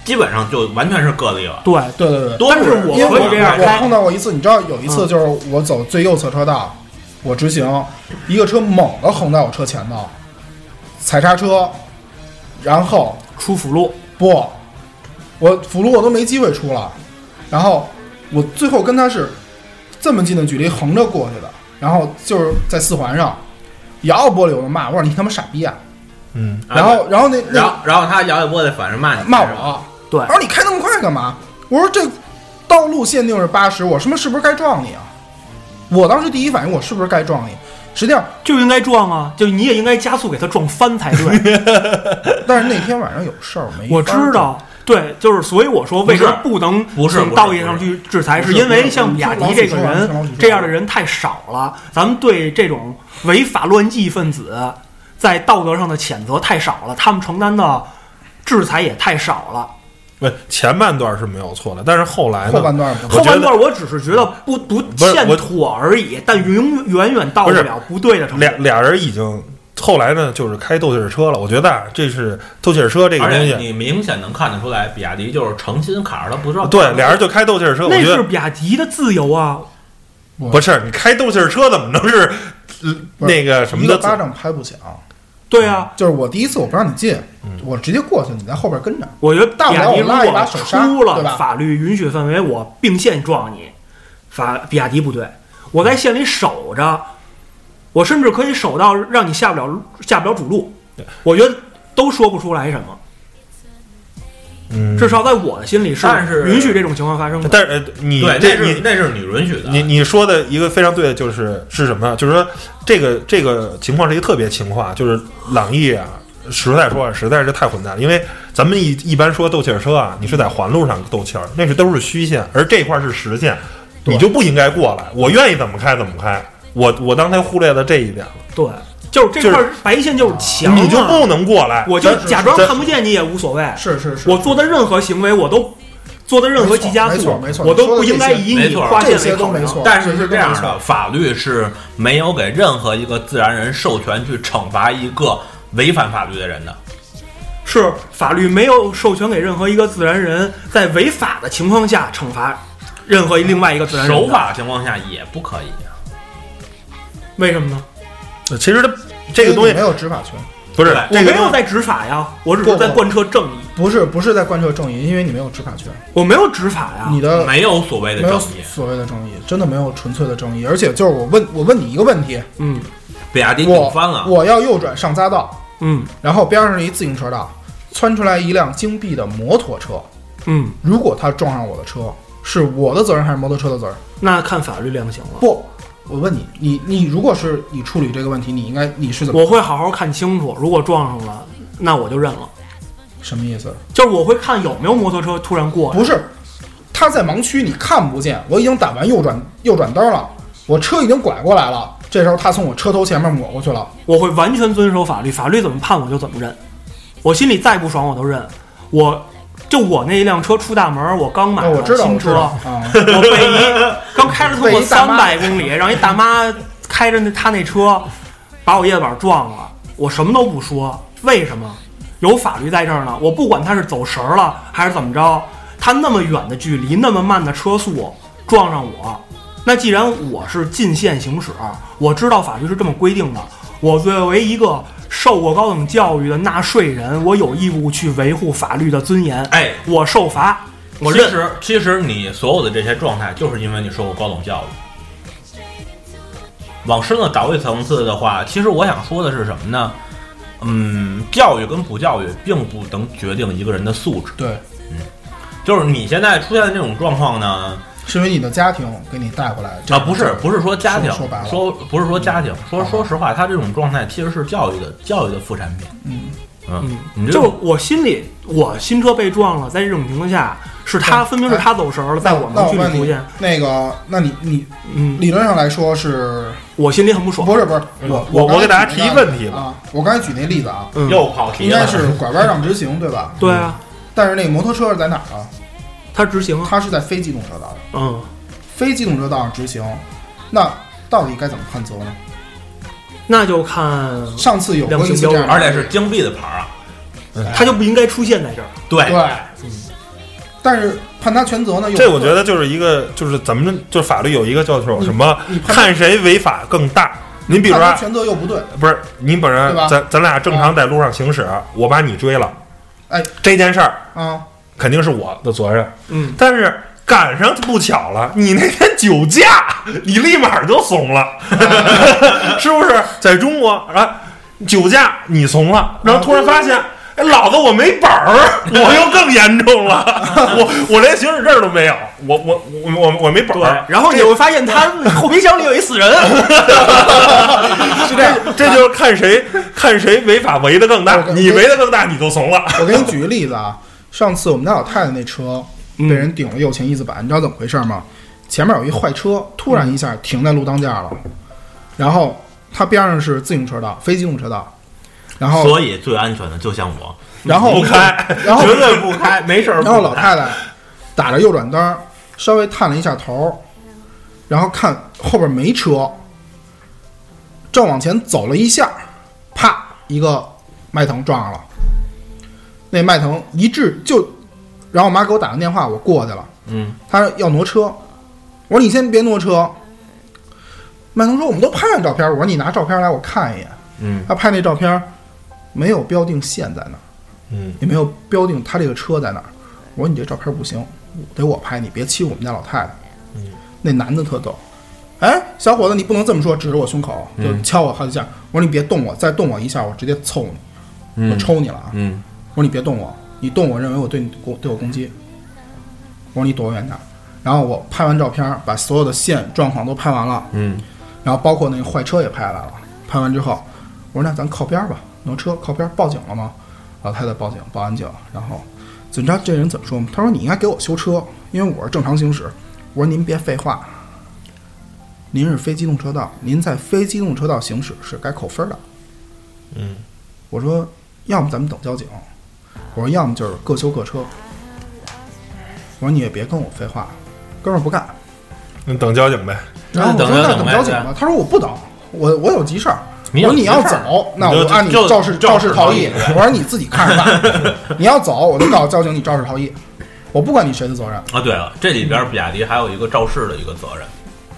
S5: 基本上就完全是个例了。
S4: 对，
S2: 对对对，
S5: 多
S4: 但
S5: 数
S4: 是
S5: 人
S4: 我
S2: 因为
S4: 可以
S2: 我
S4: 这样
S2: 我
S4: 开
S2: 碰到过一次，你知道有一
S4: 嗯
S2: 次就是我走最右侧车道，我直行，一个车猛地横在我车前头，踩刹车，然后
S4: 出辅路，
S2: 不，我辅路我都没机会出了，然后我最后跟他是这么近的距离横着过去的，然后就是在四环上摇摇玻璃我就骂，我说你他妈傻逼啊！
S1: 嗯，
S5: 啊
S2: 然后然后那那
S5: 然后哎然后他摇一波的反正骂你
S2: 骂我，
S4: 对
S2: 然后你开那么快干嘛？我说这道路限定是八十，我是不是是不是该撞你啊？我当时第一反应，我是不是该撞你？实际上，
S4: 就应该撞啊，就你也应该加速给他撞翻才对。
S2: 但是那天晚上有事儿没法儿。
S4: 我知道，对，就是所以我说为什么不能
S5: 不是
S4: 从
S5: 不是
S4: 道义上去制裁，
S2: 不
S4: 是
S2: 是
S4: 因
S2: 不
S4: 为
S2: 是
S4: 像比亚迪这
S2: 不是不
S4: 个
S2: 是
S4: 人
S2: 不是
S4: 这样的人太少了，咱们对这种违法乱纪分子在道德上的谴责太少了，他们承担的制裁也太少了。
S1: 不，前半段是没有错的，但是后来呢？
S2: 后半段不
S1: 我
S4: 后
S1: 觉得
S4: 半段我只是觉得不不
S1: 是
S4: 欠
S1: 我
S4: 妥而已，但永远远远到
S1: 不是
S4: 了不对的程度
S1: 俩。俩人已经后来呢，就是开斗气儿车了。我觉得啊，这是斗气儿车这个
S5: 而
S1: 东
S5: 且
S1: 西，
S5: 你明显能看得出来，比亚迪就是诚心卡着他不知道。
S1: 对，俩人就开斗气儿车。我
S4: 那
S1: 觉
S4: 是
S1: 得
S4: 比亚迪的自由啊！
S1: 不是你开斗气儿车怎么能是呃
S2: 不是
S1: 那个什么
S2: 一个
S1: 的
S2: 巴掌拍不响。
S4: 对啊，
S2: 就是我第一次我不让你进，我直接过去，你在后边跟着。
S4: 我觉得比亚迪如
S2: 大不了我拉一把
S4: 果
S2: 手刹
S4: 出
S2: 对
S4: 了
S2: 吧
S4: 法律允许范围，我并线撞你，法比亚迪不对，我在线里守着，我甚至可以守到让你下不了路下不了主路，我觉得都说不出来什么，
S1: 嗯，
S4: 至少在我的心里是
S5: 但是
S4: 允许这种情况发生的。
S1: 但是呃你
S5: 对，那
S1: 这
S5: 是
S1: 你
S5: 那是你允许的。
S1: 你你说的一个非常对的就是是什么呢？就是说这个这个情况是一个特别情况，就是朗逸啊，实在说啊，实在是太混蛋了。因为咱们一一般说斗气儿车啊，你是在环路上斗气儿，那是都是虚线，而这块儿是实线，你就不应该过来。我愿意怎么开怎么开，我我刚才忽略了这一点了，
S4: 对，就是这块
S1: 就
S4: 白线就是墙、啊，
S1: 你就不能过来。
S4: 我就
S1: 咱
S4: 假装
S1: 咱
S4: 看不见你也无所谓，
S2: 是是是，
S4: 我做的任何行为我都做的任何急加
S2: 没
S4: 速
S2: 错没错没，错
S4: 我都
S2: 你说的
S4: 不应该
S2: 这些
S4: 以
S5: 没
S4: 你
S5: 错
S4: 划线
S2: 这些
S4: 为
S2: 都
S4: 考
S2: 没
S4: 量。
S2: 错。
S5: 但是是这样
S2: 没错
S5: 的，法律是没有给任何一个自然人授权去惩罚一个违反法律的人的。
S4: 是法律没有授权给任何一个自然人在违法的情况下惩罚任何另外一个自然人的
S5: 守法情况下也不可以啊。
S4: 为什么呢？
S1: 其实它这个东
S2: 因为你
S1: 西
S2: 没有执法权，
S1: 不是
S5: 对
S4: 我
S1: 这
S4: 没
S1: 个
S4: 有
S1: 东西
S4: 在执法呀，我只是在
S2: 不不
S4: 贯彻正义，
S2: 不是不是在贯彻正义，因为你没有执法权，
S4: 我没有执法呀。
S2: 你的
S5: 没有所谓的
S2: 没有
S5: 正义。
S2: 所谓的正义，真的没有纯粹的正义。而且就是我问我问你一个问题，
S4: 嗯
S5: 比亚迪
S2: 我
S5: 顶翻了，
S2: 我要右转上匝道，
S4: 嗯
S2: 然后边上是一自行车道，窜出来一辆金币的摩托车，
S4: 嗯，
S2: 如果它撞上我的车，是我的责任还是摩托车的责任？
S4: 那看法律量刑了。
S2: 不，我问你，你你如果是你处理这个问题，你应该你是怎么
S4: 我会好好看清楚，如果撞上了，那我就认了。
S2: 什么意思？
S4: 就是我会看有没有摩托车突然过来，
S2: 不是，他在盲区，你看不见，我已经打完右转右转灯了，我车已经拐过来了，这时候他从我车头前面抹过去了，
S4: 我会完全遵守法律，法律怎么判我就怎么认，我心里再不爽我都认。我就我那一辆车出大门，我刚买
S2: 那我
S4: 了
S2: 知道，
S4: 新
S2: 我知
S4: 车，
S2: 道啊。
S4: 我被一刚开了通过
S2: 被一大
S4: 三
S2: 妈
S4: 百公里，让一大妈开着那她那车把我夜板撞了，我什么都不说，为什么？有法律在这儿呢，我不管他是走神儿了还是怎么着，他那么远的距离，那么慢的车速撞上我，那既然我是进线行驶，我知道法律是这么规定的，我作为一个受过高等教育的纳税人，我有义务去维护法律的尊严。
S5: 哎
S4: 我受罚，我
S5: 其
S4: 认。
S5: 实其实你所有的这些状态，就是因为你受过高等教育。往深了倒一层次的话，其实我想说的是什么呢？嗯，教育跟不教育并不能决定一个人的素质。
S2: 对，
S5: 就是你现在出现的这种状况呢，
S2: 是因为你的家庭给你带过来这
S5: 啊，
S2: 样
S5: 不是不是说家庭，
S2: 说说白了
S5: 不是说家庭，说
S2: 好吧
S5: 说实话，他这种状态其实是教育的教育的副产品。
S2: 嗯
S5: 嗯
S4: 嗯，
S5: 你这
S4: 就
S5: 种
S4: 是我心里，我新车被撞了，在这种情况下，是他
S2: 对
S4: 分明是他走神儿了，在我
S2: 那
S4: 们
S2: 我
S4: 距
S2: 问
S4: 离出
S2: 你
S4: 现，，
S2: 那个，那你你
S4: 嗯，
S2: 理论上来说是
S4: 我心里很不爽。
S2: 不是不是？我
S1: 我
S2: 我
S1: 我给大家提一问题吧
S2: 啊！我刚才举那例子啊，
S4: 嗯，
S5: 又跑题
S2: 应
S5: 了
S2: 该是拐弯让直行对吧？
S4: 对啊，
S2: 但是那个摩托车是在哪儿啊？
S4: 他执行啊，
S2: 它是在非机动车道上，
S4: 嗯，
S2: 非机动车道上执行，那到底该怎么判责呢？
S4: 那就看
S2: 上次有过一次这样的，
S5: 而且是京 B 的牌儿啊。
S4: 他就不应该出现在这儿。
S5: 对
S2: 对，但是判他全责呢？又
S1: 这我觉得就是一个，就是咱们就是法律有一个叫做什么
S2: 你你，判
S1: 看谁违法更大。您比如
S2: 判
S1: 说
S2: 他，全责又不对，
S1: 不是你本人
S2: 对吧，嗯
S1: 咱咱俩正常在路上行驶，我把你追了，
S2: 哎，
S1: 这件事儿
S2: 啊，
S1: 肯定是我的责任。
S4: 嗯，
S1: 但是赶上不巧了，你那天酒驾， 你立马就怂了， 是不是？在中国啊，酒驾你怂了，然后突然发现。
S2: 啊
S1: 哎，老子我没本 儿，我又更严重了， 我我连行驶证都没有，我我我我我没本
S4: 对
S1: 儿，，
S4: 哎然后你会发现他后备箱里有一 死人，
S2: 是这样。
S1: 这就是看谁看谁违法违的更大
S2: 我，跟
S1: 你违的更大，你就怂了。
S2: 我给你举个例子啊，上次我们家老太太那车
S1: 嗯
S2: 被人顶了右前翼子板，你知道怎么回事吗？前面有一坏车，突然一下停在路当间了，然后它边上是自行车道、非机动车道，然后
S5: 所以最安全的就像我，
S2: 然后
S1: 不开，
S2: 然后
S5: 绝对不开，没事儿不开。
S2: 然后老太太打着右转灯儿，稍微探了一下头儿，然后看后边没车，正往前走了一下，啪，一个迈腾撞上了。那迈腾一致就，然后我妈给我打个电话，我过去了。
S5: 嗯，
S2: 她说要挪车，我说你先别挪车。迈腾说我们都拍了照片儿，我说你拿照片儿来我看一眼。
S5: 嗯，
S2: 他拍那照片儿没有标定线在哪儿，
S1: 嗯，
S2: 也没有标定他这个车在哪儿。我说你这照片不行，得我拍，你别欺负我们家老太太。嗯，那男的特逗，哎，小伙子，你不能这么说，指着我胸口
S5: 嗯
S2: 就敲我好几下。我说你别动我，再动我一下，我直接凑你，我
S5: 嗯
S2: 抽你了啊！
S5: 嗯，
S2: 我说你别动我，你动我认为我对你攻对我攻击。我说你躲远点儿。然后我拍完照片儿，把所有的线状况都拍完了，
S5: 嗯，
S2: 然后包括那个坏车也拍来了。拍完之后，我说那咱靠边儿吧，挪车靠边儿。报警了吗？老太太报警，报完警，然后警察这人怎么说吗？他说你应该给我修车，因为我是正常行驶。我说您别废话，您是非机动车道，您在非机动车道行驶是该扣分儿的。
S1: 嗯，
S2: 我说要么咱们等交警，我说要么就是各修各车。我说你也别跟我废话，哥们儿不干。
S1: 那等交警呗，
S2: 然后我
S5: 那等
S2: 说
S5: 着
S2: 那
S5: 等
S2: 等
S5: 呗
S2: 交警吧，他说我不等，我我有急事儿。我
S5: 你有
S2: 说你
S5: 急
S2: 要
S5: 事儿
S2: 走，那
S5: 你
S2: 我
S5: 就
S2: 按你
S5: 就
S2: 肇事
S5: 肇
S2: 肇
S5: 事
S2: 事
S5: 逃
S2: 逃
S5: 逸
S2: 逸。我说你自己看着 办，你要走我就告诉交警你肇事逃逸，我不管你谁的责任。
S5: 啊，对了，这里边比亚迪还有一个肇事的一个责任，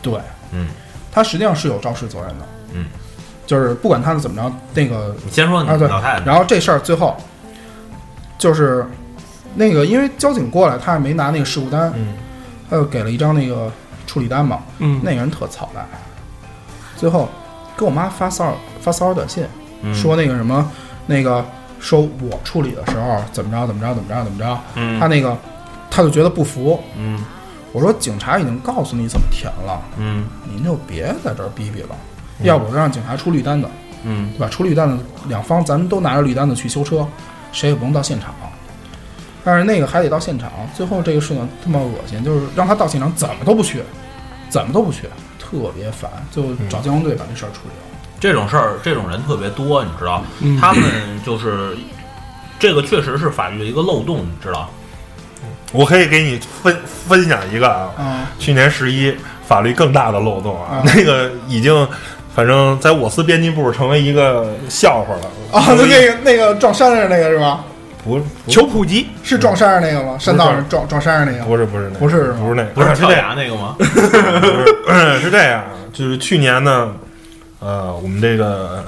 S2: 对，
S5: 嗯，
S2: 他实际上是有肇事责任的，
S5: 嗯，
S2: 就是不管他是怎么着，那个
S5: 你先说你
S2: 啊对
S5: 嗯老太太，
S2: 然后这事儿最后就是那个，因为交警过来，他也没拿那个事故单，
S1: 嗯
S2: 他就给了一张那个处理单嘛。
S4: 嗯
S2: 那个人特操蛋，最后给我妈发骚扰发骚扰短信，
S5: 嗯
S2: 说那个什么那个说我处理的时候怎么着怎么着怎么着怎么着，
S5: 嗯
S2: 他那个他就觉得不服。
S5: 嗯
S2: 我说警察已经告诉你怎么填了，
S5: 嗯
S2: 您就别在这儿逼逼了，要不我就让警察出绿单子。
S5: 嗯
S2: 对吧？出绿单的两方，咱们都拿着绿单子去修车，谁也不用到现场。但是那个还得到现场，最后这个事情他妈恶心，就是让他到现场怎么都不去，怎么都不去，特别烦。最后
S4: 嗯
S2: 找交通队把这事儿处理了。
S5: 这种事儿，这种人特别多，你知道，
S4: 嗯
S5: 他们就是这个确实是法律的一个漏洞，你知道，
S1: 我可以给你分分享一个啊，
S2: 啊、
S1: 去年十一法律更大的漏洞啊
S2: 啊，
S1: 那个已经，反正在我司编辑部成为一个笑话了
S2: 啊，就那个那个撞山上那个是吧？
S1: 不不
S4: 求普及，
S2: 是撞山上那个
S4: 嗯
S2: 吗？山道上撞撞山上那个？
S1: 不是不是那个
S2: 不是
S1: 不是那个
S5: 不是
S1: 是
S5: 跳
S1: 这样
S5: 崖那个吗？
S1: 不 是是这样，就是去年呢，呃，我们这个呃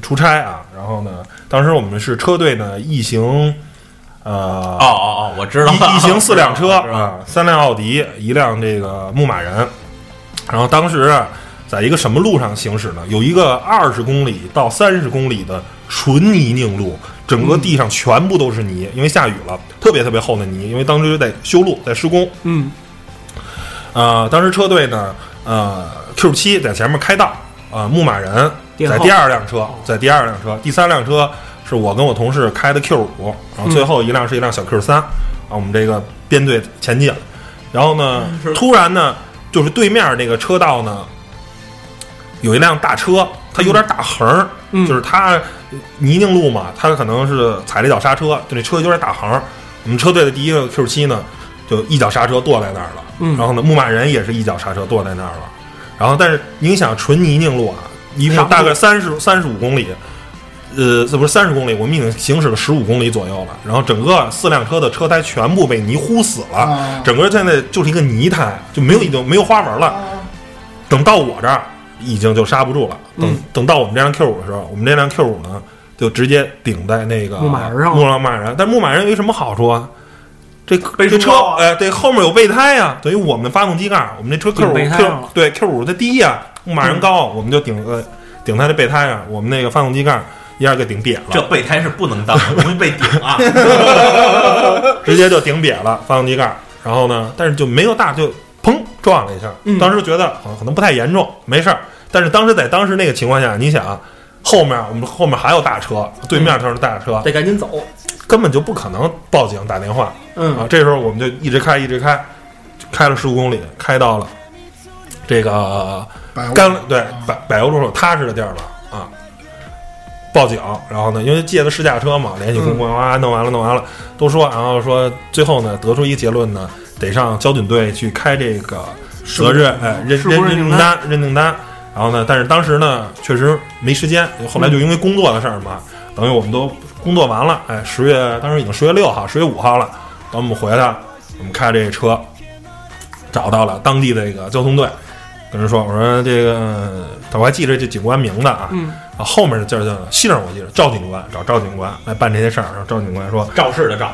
S1: 出差啊，然后呢，当时我们是车队呢一行，呃
S5: 哦哦哦，我知道，
S1: 一一行四辆车
S5: 是吧？
S1: 啊，三辆奥迪，一辆这个牧马人。然后当时啊，在一个什么路上行驶呢？有一个二十公里到三十公里的纯泥泞路，整个地上全部都是泥，因为下雨了，特别特别厚的泥。因为当时在修路，在施工。
S4: 嗯
S1: 呃，当时车队呢，呃，Q 七在前面开道，呃，牧马人
S4: 殿
S1: 在
S4: 后
S1: 第二辆车，在第二辆车，第三辆车是我跟我同事开的 Q 五，
S4: 嗯
S1: 然后最后一辆是一辆小 Q 三、啊，我们这个编队前进，然后呢，
S4: 嗯
S1: 突然呢，就是对面那个车道呢，有一辆大车，它有点打横儿，
S4: 嗯
S1: 就是它泥泞路嘛，它可能是踩了一脚刹车，就那车有点打横儿，我们车队的第一个 Q 七呢，就一脚刹车跺在那儿了。
S4: 嗯
S1: 然后呢，牧马人也是一脚刹车跺在那儿了。然后，但是您想，纯泥泞路啊，一
S4: 刹
S1: 共
S4: 不
S1: 大
S4: 住
S1: 概三十三十五公里，呃，这不是三十公里，我们已经行驶了十五公里左右了。然后整个四辆车的车胎全部被泥糊死了，
S4: 哦
S2: 啊
S1: 整个现在就是一个泥胎，就没有已经没有花纹了。
S4: 哦
S1: 等到我这儿已经就刹不住了。等、
S4: 嗯
S1: 等到我们这辆 Q 五的时候，我们这辆 Q 五呢就直接顶在那个
S4: 牧马人上了
S1: 牧马人，但牧马人有一什么好处啊？这
S4: 背
S1: 这
S4: 书
S1: 车
S4: 高啊
S1: 哎，对，后面有备胎呀、等于我们发动机盖儿，我们这车 Q
S4: 顶
S1: 五
S4: 备胎啊
S1: Q
S4: 上了
S1: 对 Q 五它低呀、牧马人高，我们就顶呃顶它的备胎啊，我们那个发动机盖儿一下就顶瘪了。
S5: 这备胎是不能当，的，容易被顶啊。
S1: 直接就顶瘪了发动机盖儿，然后呢，但是就没有大，就砰撞了一下。
S4: 嗯
S1: 当时觉得啊，可能不太严重，没事儿。但是当时在当时那个情况下，你想，啊后面我们后面还有大车，对面就是大车，
S4: 得赶紧走。
S1: 根本就不可能报警打电话啊
S4: 嗯。
S1: 这时候我们就一直开，一直开，开了十五公里，开到了这个
S2: 百欧
S1: 干对柏柏油路上有踏实的地儿了啊。报警，然后呢，因为借的试驾车嘛，联系公关啊，弄完了，弄完了，都说，啊然后说最后呢，得出一个结论呢，得上交警队去开这个责任哎认
S4: 事故
S1: 认
S4: 认定
S1: 定单认定单。然后呢，但是当时呢，确实没时间，后来就因为工作的事儿嘛，等于我们都工作完了，哎，十月当时已经十月六号、十月五号了，等我们回来，我们开这车找到了当地的这个交通队，跟人说，我说这个，呃我还记着这警官名字啊，
S4: 嗯
S1: 啊，后面的叫叫姓儿我记着，赵警官找赵警官来办这些事儿，然后赵警官说
S5: 肇事的肇，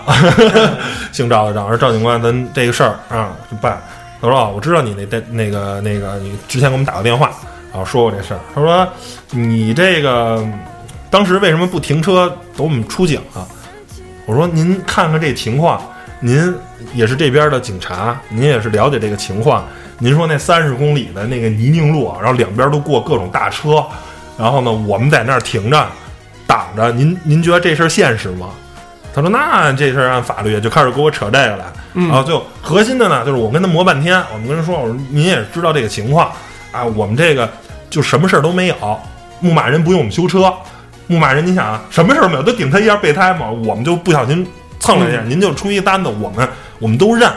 S1: 姓赵的赵，说赵警官咱这个事儿啊就办。他说啊，我知道你那那那个那个你之前给我们打过电话，然后说过这事儿。他说你这个当时为什么不停车等我们出警啊？我说您看看这情况，您也是这边的警察，您也是了解这个情况。您说那三十公里的那个泥泞路，然后两边都过各种大车，然后呢我们在那儿停着挡着，您您觉得这事儿现实吗？他说那这事儿按法律就开始给我扯这个来，然后就核心的呢就是我跟他磨半天，我们跟人说我说您也知道这个情况啊，我们这个就什么事儿都没有，牧马人不用我们修车，牧马人你想啊什么事儿都没有，就顶他一下备胎嘛，我们就不小心蹭了一下，您就出一单子，我们我们都认。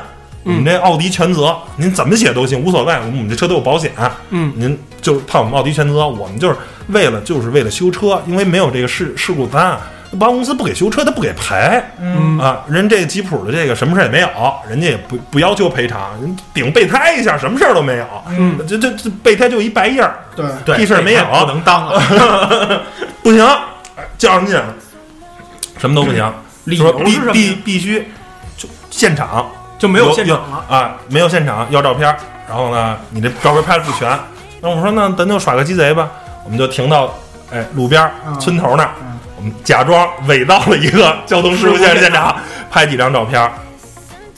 S1: 我们这奥迪全责，您怎么写都行，无所谓。我们我们这车都有保险，
S4: 嗯
S1: 您就是判我们奥迪全责，我们就是为了就是为了修车，因为没有这个事事故单，保险公司不给修车，他不给赔。
S4: 嗯
S1: 啊，人这吉普的这个什么事儿也没有，人家也不不要求赔偿，人顶备胎一下，什么事儿都没有。
S4: 嗯，
S1: 这这这备胎就一白印儿，
S2: 对，
S5: 对，
S1: 屁事儿没有
S5: 备胎不能当啊。
S1: 不行，哎叫上劲了，什么都不行。
S4: 嗯理
S1: 说
S4: 由
S1: 必
S4: 是什么
S1: 必
S4: 呀？
S1: 必须就现场
S4: 就没有现场了。
S1: 啊，没有现场要照片儿，然后呢，你这照片拍的不全，那我说那咱就耍个鸡贼吧，我们就停到哎路边儿
S2: 嗯
S1: 村头那儿
S2: 嗯，
S1: 我们假装伪造了一个交通事故现现场，拍几张照片儿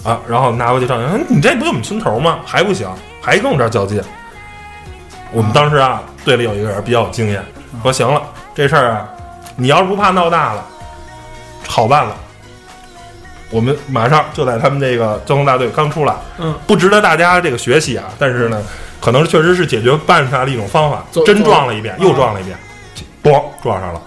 S1: 啊，然后拿回去照相，嗯你这不就我们村头吗？还不行，还跟我这儿较劲。我们当时啊，队里有一个人比较有经验，说行了，这事儿啊，你要是不怕闹大了，好办了。我们马上就在他们这个交通大队刚出来，
S4: 嗯，
S1: 不值得大家这个学习啊，但是呢，可能确实是解决办法的一种方法
S2: 走。
S1: 真撞了一遍，
S2: 走
S1: 又撞了一遍，咣撞上了，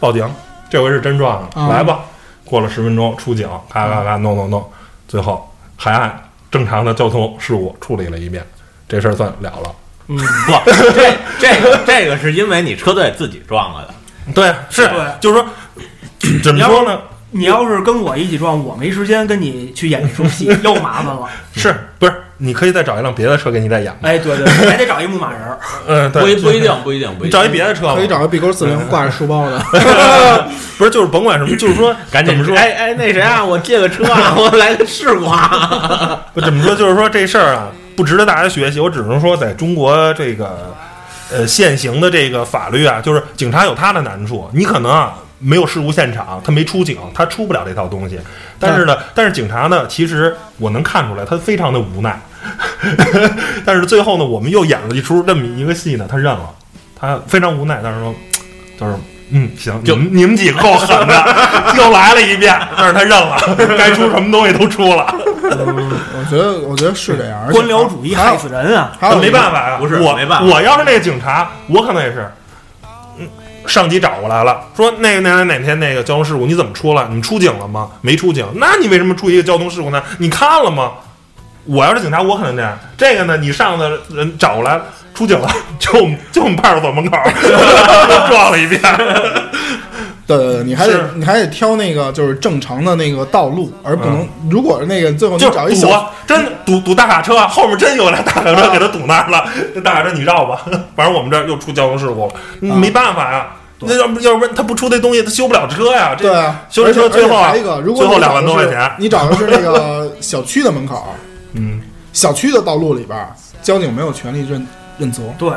S1: 报警，这回是真撞上了，
S4: 啊
S2: 嗯
S1: 来吧。过了十分钟，出警，咔咔咔弄弄弄，最后还按正常的交通事故处理了一遍，这事儿算了了。
S4: 嗯，
S5: 不，这这个这个是因为你车队自己撞了的。
S1: 对，啊是
S4: 对，
S1: 就是说， 怎么说呢？
S4: 你要是跟我一起撞，我没时间跟你去演这出戏，又麻烦了。
S1: 是不是？你可以再找一辆别的车给你再演吧。
S4: 哎，对对，对还得找一牧马人儿。
S1: 嗯，
S3: 不
S1: 对，
S3: 一不一定，不一定，不
S1: 你
S3: 一定
S1: 找。一别的车吧
S2: 可以找个 B 勾四零挂着书包 的，
S1: 不是，就是甭管什么，就是说，
S5: 赶
S1: 怎
S5: 紧
S1: 么说？
S5: 哎哎，那谁啊，我借个车啊，我来个事故啊。
S1: 不怎么说，就是说这事儿啊，不值得大家学习。我只能说，在中国这个呃现行的这个法律啊，就是警察有他的难处，你可能啊没有事故现场，他没出警，他出不了这套东西。但是呢，但是警察呢，其实我能看出来，他非常的无奈。 但是最后呢，我们又演了一出这么一个戏呢，他认了，他非常无奈，但是说，就是嗯，行，
S5: 就
S1: 你们你们几个够狠的， 又来了一遍，但是他认了，该出什么东西都出了。
S2: 我觉得我觉得是这样，而且
S4: 官僚主义
S2: 还
S4: 害
S2: 有
S4: 死人啊！
S2: 还有
S1: 没
S2: 法。
S1: 办法呀，
S5: 不是
S1: 我
S5: 没办法
S1: 我要是那个警察，我可能也是，嗯，上级找过来了，说那个哪哪哪天那个交通事故你怎么出了？你出警了吗？没出警，那你为什么出一个交通事故呢？你看了吗？我要是警察，我可能这样。这个呢，你上的人找过来了出警了，就我们就我们派出所门口 撞了一遍。
S2: 对对对，你还得
S1: 是
S2: 你还得挑那个就是正常的那个道路，而不能如果那个最后
S1: 嗯
S2: 你
S1: 就
S2: 找一
S1: 是堵
S2: 小嗯啊
S1: 啊，真的堵堵大卡车，后面真有辆大卡车给他堵那儿了。这大卡车你绕吧， 反正我们这儿又出交通事故了，
S2: 啊
S1: 没办法呀。那要不要不然他不出这东西，他修不了车呀。这
S2: 对啊，
S1: 修这
S2: 而且
S1: 车最
S2: 而且
S1: 后啊
S2: 还有一个，如果
S1: 最后
S2: 你找
S1: 两万
S2: 的
S1: 多块
S2: 是
S1: 钱
S2: 你找的是那个小区的门口，
S1: 嗯，
S2: 小区的道路里边儿，交警没有权利认认责，
S4: 对，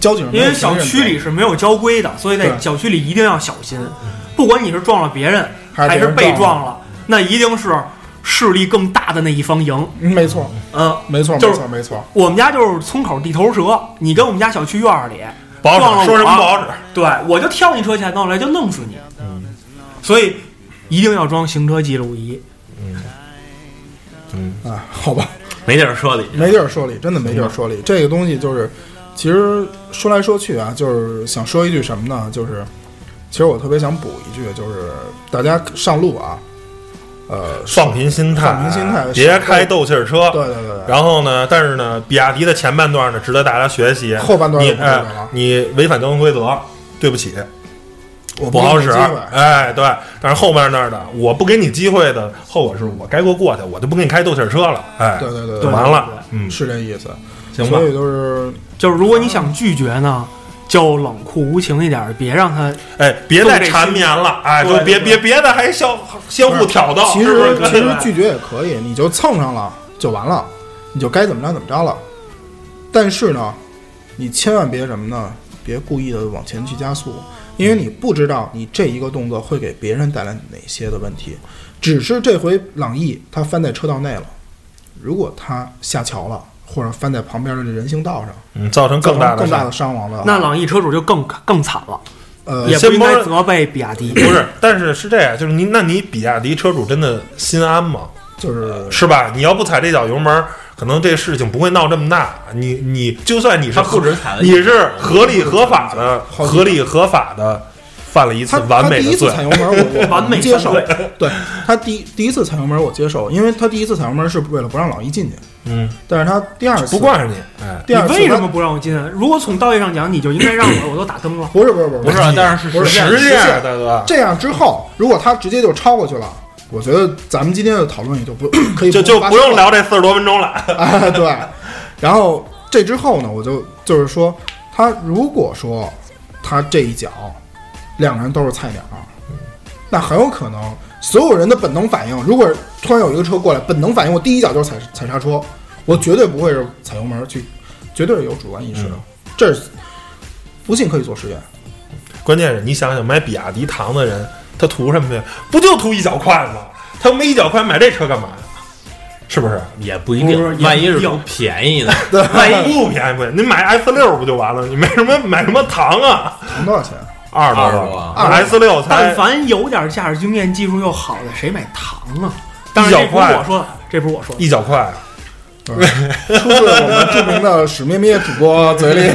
S2: 交警没
S4: 因
S2: 有
S4: 为
S2: 权
S4: 小
S2: 利认责
S4: 区里是没有交规的，所以在
S2: 对
S4: 小区里一定要小心。不管你是撞了别人，
S2: 还
S4: 还
S2: 是
S4: 是
S2: 被
S4: 被撞了，那一定是势力更大的那一方赢。
S2: 嗯没错，
S4: 嗯，
S2: 没错，
S4: 就
S2: 没
S4: 是
S2: 错，没错，
S4: 我们家就是村口地头蛇，你跟我们家小区院儿里，
S1: 不好使，
S4: 撞了我
S1: 说什
S2: 啊
S1: 么不好使。
S4: 对我就跳你车前头来就弄死你。嗯，所以一定要装行车记录仪。
S2: 啊，好吧，
S3: 没地儿说理。
S2: 没地儿说理，真的没地儿说理。这个东西就是，其实说来说去啊，就是想说一句什么呢？就是，其实我特别想补一句，就是大家上路啊，呃，
S1: 放平心态，啊
S2: 放平心态
S1: 别开斗气儿车。
S2: 对对对对，
S1: 然后呢，但是呢，比亚迪的前半段呢，值得大家学习。
S2: 后半段
S1: 你
S2: 就不值得
S1: 哎
S2: 了，
S1: 你违反交通规则，对不起，
S2: 我
S1: 不
S2: 给
S1: 好
S2: 你
S1: 使
S2: 机会。。
S1: 哎，对，但是后面那儿的，我不给你机会的后果是我该过过去，我就不给你开斗气儿车了。哎，
S2: 对对对
S4: 对
S1: 完了，嗯，
S2: 是这意思，
S1: 行吧
S2: 所。以就是
S4: 就是如果你想拒绝呢，就冷酷无情一点儿，别让他
S1: 哎，别再缠绵了，哎，就
S4: 对
S1: 别
S4: 对
S1: 别别的还相相互挑逗，
S2: 其
S1: 是不
S2: 实
S1: 是
S2: 其实拒绝也可以，你就蹭上了就完了，你就该怎么着怎么着了。但是呢，你千万别什么呢？别故意的往前去加速，因为你不知道你这一个动作会给别人带来哪些的问题。只是这回朗逸他翻在车道内了，如果他下桥了，或者翻在旁边的人行道上，
S1: 嗯，造成更大
S2: 造成更
S1: 伤
S2: 大的伤亡了。
S4: 那朗逸车主就更更惨了，
S2: 呃，
S4: 也不应
S1: 啊先
S4: 该
S1: 不是
S4: 责备比亚迪。
S1: 不是，但是是这样，就是你，那你比亚迪车主真的心安吗？
S2: 就是
S1: 是吧？你要不踩这脚油门儿，可能这事情不会闹这么大。你你就算你是
S5: 他
S1: 合
S5: 不止踩了一
S1: 你
S5: 脚
S1: 是合理合法的，
S2: 好几
S1: 合理合法的犯了一次
S2: 他
S1: 完美
S2: 他第
S1: 的
S2: 一次
S1: 罪，
S2: 踩油门，我我
S4: 完美
S2: 接
S4: 犯
S2: 受
S4: 罪。
S2: 对他第第一次踩油门，我接受，因为他第一次踩油门是为了不让老一进去，
S1: 嗯，
S2: 但是他第二次
S1: 不惯着你，哎，
S2: 第二
S4: 你
S2: 次
S4: 为
S2: 他
S4: 什么不让我进？如果从道义上讲，你就应该让 我，我都打灯了。
S2: 不是不是不是
S5: 不是，但是
S2: 不
S5: 是
S2: 是
S5: 实
S1: 实
S5: 践
S2: 实践
S1: 对对。
S2: 这样之后，如果他直接就超过去了，我觉得咱们今天的讨论也就不 可以
S1: 就就
S2: 发
S1: 不
S2: 生
S1: 用
S2: 了
S1: 聊这四十多分钟了，
S2: 啊，对。然后这之后呢，我就就是说，他如果说他这一脚，两个人都是菜鸟，那很有可能所有人的本能反应，如果突然有一个车过来，本能反应我第一脚就是踩踩刹车，我绝对不会是踩油门去，绝对是有主观意识的。这是不信可以做实验，
S1: 关键是你想想，买比亚迪唐的人，他图什么呀？不就图一脚快吗？他没一脚快，买这车干嘛呀？是不是？
S3: 也不一
S4: 不是也
S3: 定，
S4: 不
S3: 万一是
S4: 一定
S3: 图便宜呢？
S1: 万 一不便宜不便宜，你买 S 六不就完了？你买什么买什么糖啊？
S2: 能多少钱？
S1: 二十
S5: 二十
S1: 多
S5: 多
S1: 万，S 六才
S4: 但凡有点驾驶经验、技术又好的，谁买糖啊？当
S1: 一脚
S4: 然，这不是
S1: 快
S4: 我说的，这不是我说的。
S1: 一脚快，
S2: 出自我们著名的史咩咩主播嘴里。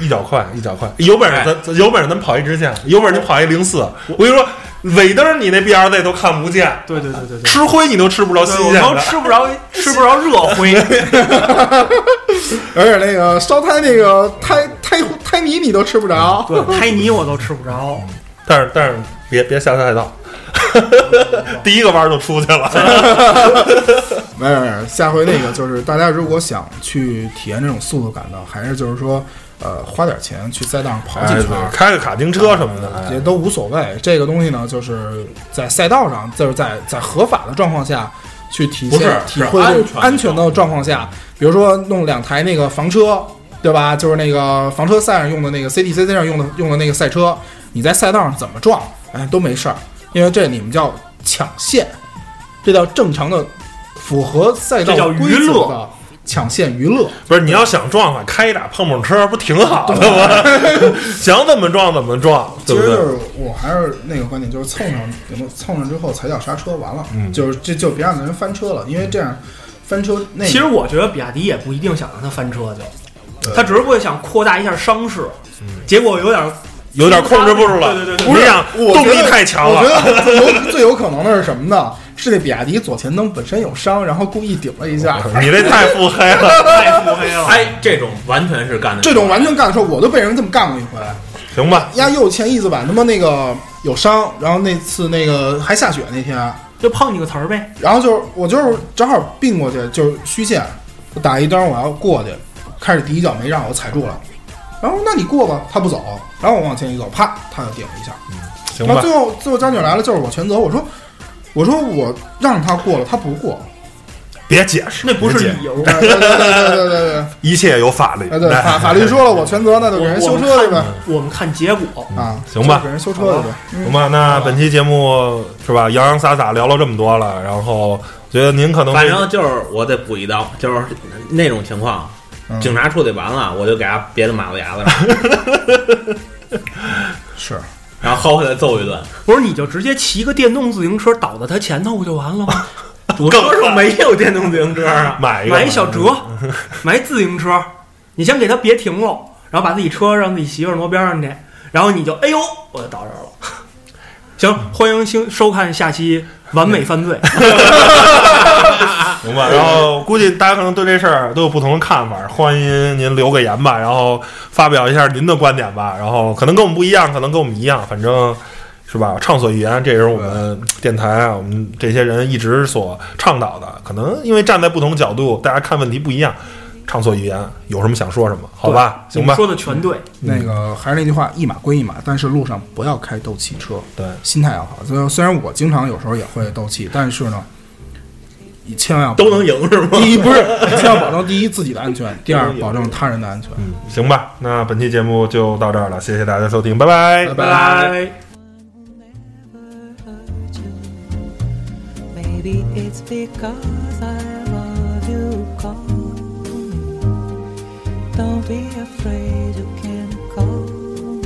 S1: 一脚快，一脚快。有本事咱咱有本事咱跑一直线，有本事你跑一零四。我跟你说，尾灯你那 BRZ 都看不见，
S4: 对对对对对，
S1: 吃灰你都吃不着新
S4: 对我
S1: 鲜
S4: 都
S1: 的。
S4: 吃不着，吃不着热 灰。
S2: 而且那个烧胎那个胎胎胎泥你都吃不着，
S4: 对，胎泥我都吃不着。
S1: 但是但是别别下赛 道，第一个弯儿就出去了。
S2: 没有没有，下回那个就是大家如果想去体验这种速度感呢，还是就是说，呃，花点钱去赛道上跑几圈，
S1: 哎开个卡丁车什么的，
S2: 也
S1: 哎
S2: 都无所谓。这个东西呢，就是在赛道上，就是在在合法的状况下去体
S5: 不是
S2: 现体会这
S5: 是安
S2: 个
S5: 全的
S2: 安全的状况下，比如说弄两台那个房车，对吧？就是那个房车赛上用的那个 CTCC 上用的用的那个赛车，你在赛道上怎么撞，哎，都没事儿，因为这你们叫抢线，这叫正常的，符合赛道
S4: 这叫娱
S2: 规则
S4: 乐
S2: 的抢线娱乐。
S1: 不是你要想撞啊，开一打碰碰车不挺好的吗？ 想怎么撞怎么撞，
S2: 其
S1: 对不
S2: 实就
S1: 对？
S2: 是我还是那个观点，就是蹭上顶多蹭上之后踩脚刹车，完了，
S1: 嗯
S2: 就是这就别让人翻车了，因为这样翻车那
S4: 其实我觉得比亚迪也
S1: 嗯
S4: 不一定想让他翻车，就他只是会想扩大一下伤势，结果有点
S1: 有点控制不住了，
S4: 对对对
S2: 不
S1: 你
S2: 是
S1: 想
S2: 我
S1: 动
S2: 觉
S1: 力
S2: 得
S1: 太强
S2: 我觉
S1: 了，
S2: 得最有最有可能的是什么 呢？是那比亚迪左前灯本身有伤，然后故意顶了一下。
S1: 你这太腹黑了。
S4: 太腹黑了。
S5: 哎，这种完全是干的
S2: 这种完全干的时候，我都被人这么干过一回。
S1: 行吧，
S2: 压右前翼子板他妈那个有伤，然后那次那个还下雪那天，
S4: 就碰你个词儿呗，
S2: 然后就是我就是正好并过去，就是虚线，我打一灯我要过去，开始第一脚没让我踩住了，然后那你过吧，他不走，然后我往前一走，啪，他又顶了一下，
S1: 行
S2: 然后
S1: 吧
S2: 最，后最后交警来了，就是我全责，我说我说我让他过了，他不过，
S1: 别解释，
S4: 那不是
S1: 别解
S4: 理由。
S2: 对对对对对对对，
S1: 一切有法律。
S2: 哎对
S1: 来
S2: 法法律说了我全责，那就给
S4: 我
S2: 人
S4: 我
S2: 修
S4: 们
S2: 车去呗
S4: 看，我们看结果，
S2: 啊，
S1: 行吧
S2: 就给人修车去呗，
S1: 行吧，
S2: 啊
S1: 那本期节目是吧，洋洋洒洒聊了这么多了，然后觉得您可能
S5: 反正就是我得补一刀，就是那种情况，
S2: 嗯
S5: 警察处理完了，我就给他别的马路牙子
S2: 是。
S5: 上，然后后悔的揍一顿。
S4: 不是你就直接骑个电动自行车倒在他前头不就完了吗？
S5: 我
S1: 更
S5: 车上没有电动自行车啊，
S1: 买一个嗯
S4: 买一小折，买自行车，你先给他别停了，然后把自己车让自己媳妇儿挪边上去，然后你就哎呦，我就到这儿了。行，欢迎新收看下期《完美犯罪》。
S1: 行吧，然后估计大家可能对这事儿都有不同的看法，欢迎您留个言吧，然后发表一下您的观点吧，然后可能跟我们不一样，可能跟我们一样，反正是吧，畅所欲言，这也是我们电台啊，我们这些人一直所倡导的。可能因为站在不同角度，大家看问题不一样，畅所欲言，有什么想说什么，好吧，
S4: 你
S1: 行吧，
S4: 们说的全对，
S2: 那个还是那句话，一码归一码，但是路上不要开斗气车，
S1: 对，
S2: 心态要好。虽然虽然我经常有时候也会斗气，但是 呢，你千万要
S5: 都能赢是吗？
S2: 第一不是，千万保证第一自己的安全，第二保证他人的安全。
S1: 嗯，行吧，那本期节目就到这儿了，谢谢大家收听，
S2: 拜
S4: 拜拜。
S6: hurt you. Maybe it's because I love you. Call me. Don't be afraid, you can call me.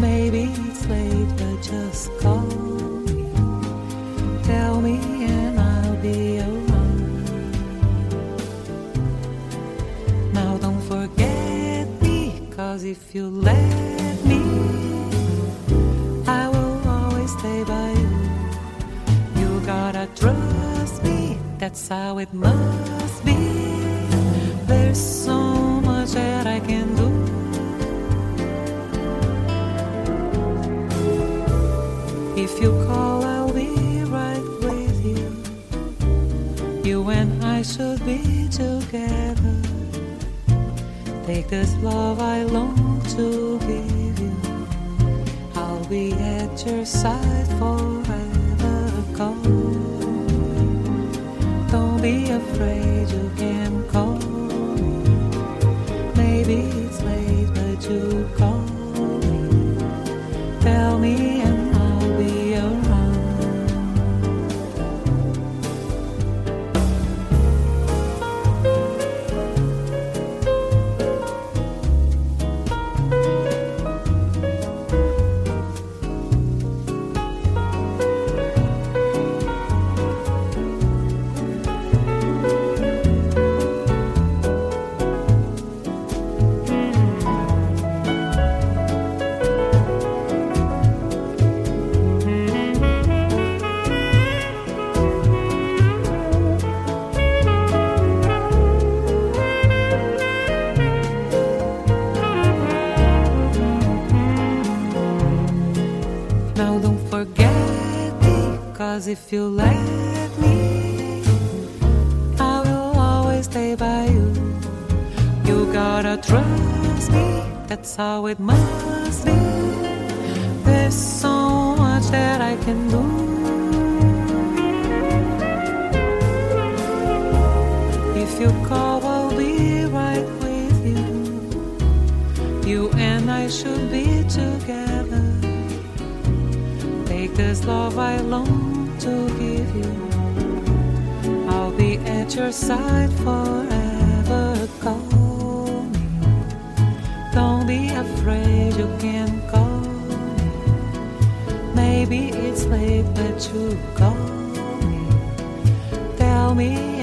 S6: Maybe it's late, but just call me. Tell me, and I'll be around. Now, don't forget me, cause if you let me, I will always stay by you. You gotta trust me, that's how it must be. There's so much that I can do. If you call, I'll be right with you. You and I should be together. Take this love I long to give you. I'll be at your side forever. Call. Don't be afraid, you can call. Maybe it's late, but you call. me. Tell me, and I'll be around. Now don't forget me, cause if you let me, I will always stay by you. You gotta trust me, that's how it must be. There's so much that I can do. If you call, I'll be right with you. You and I should be together. Take this love I long to give you. I'll be at your side forever. Call me. Don't be afraid, you can call me. Maybe it's late, but you call me. Tell me,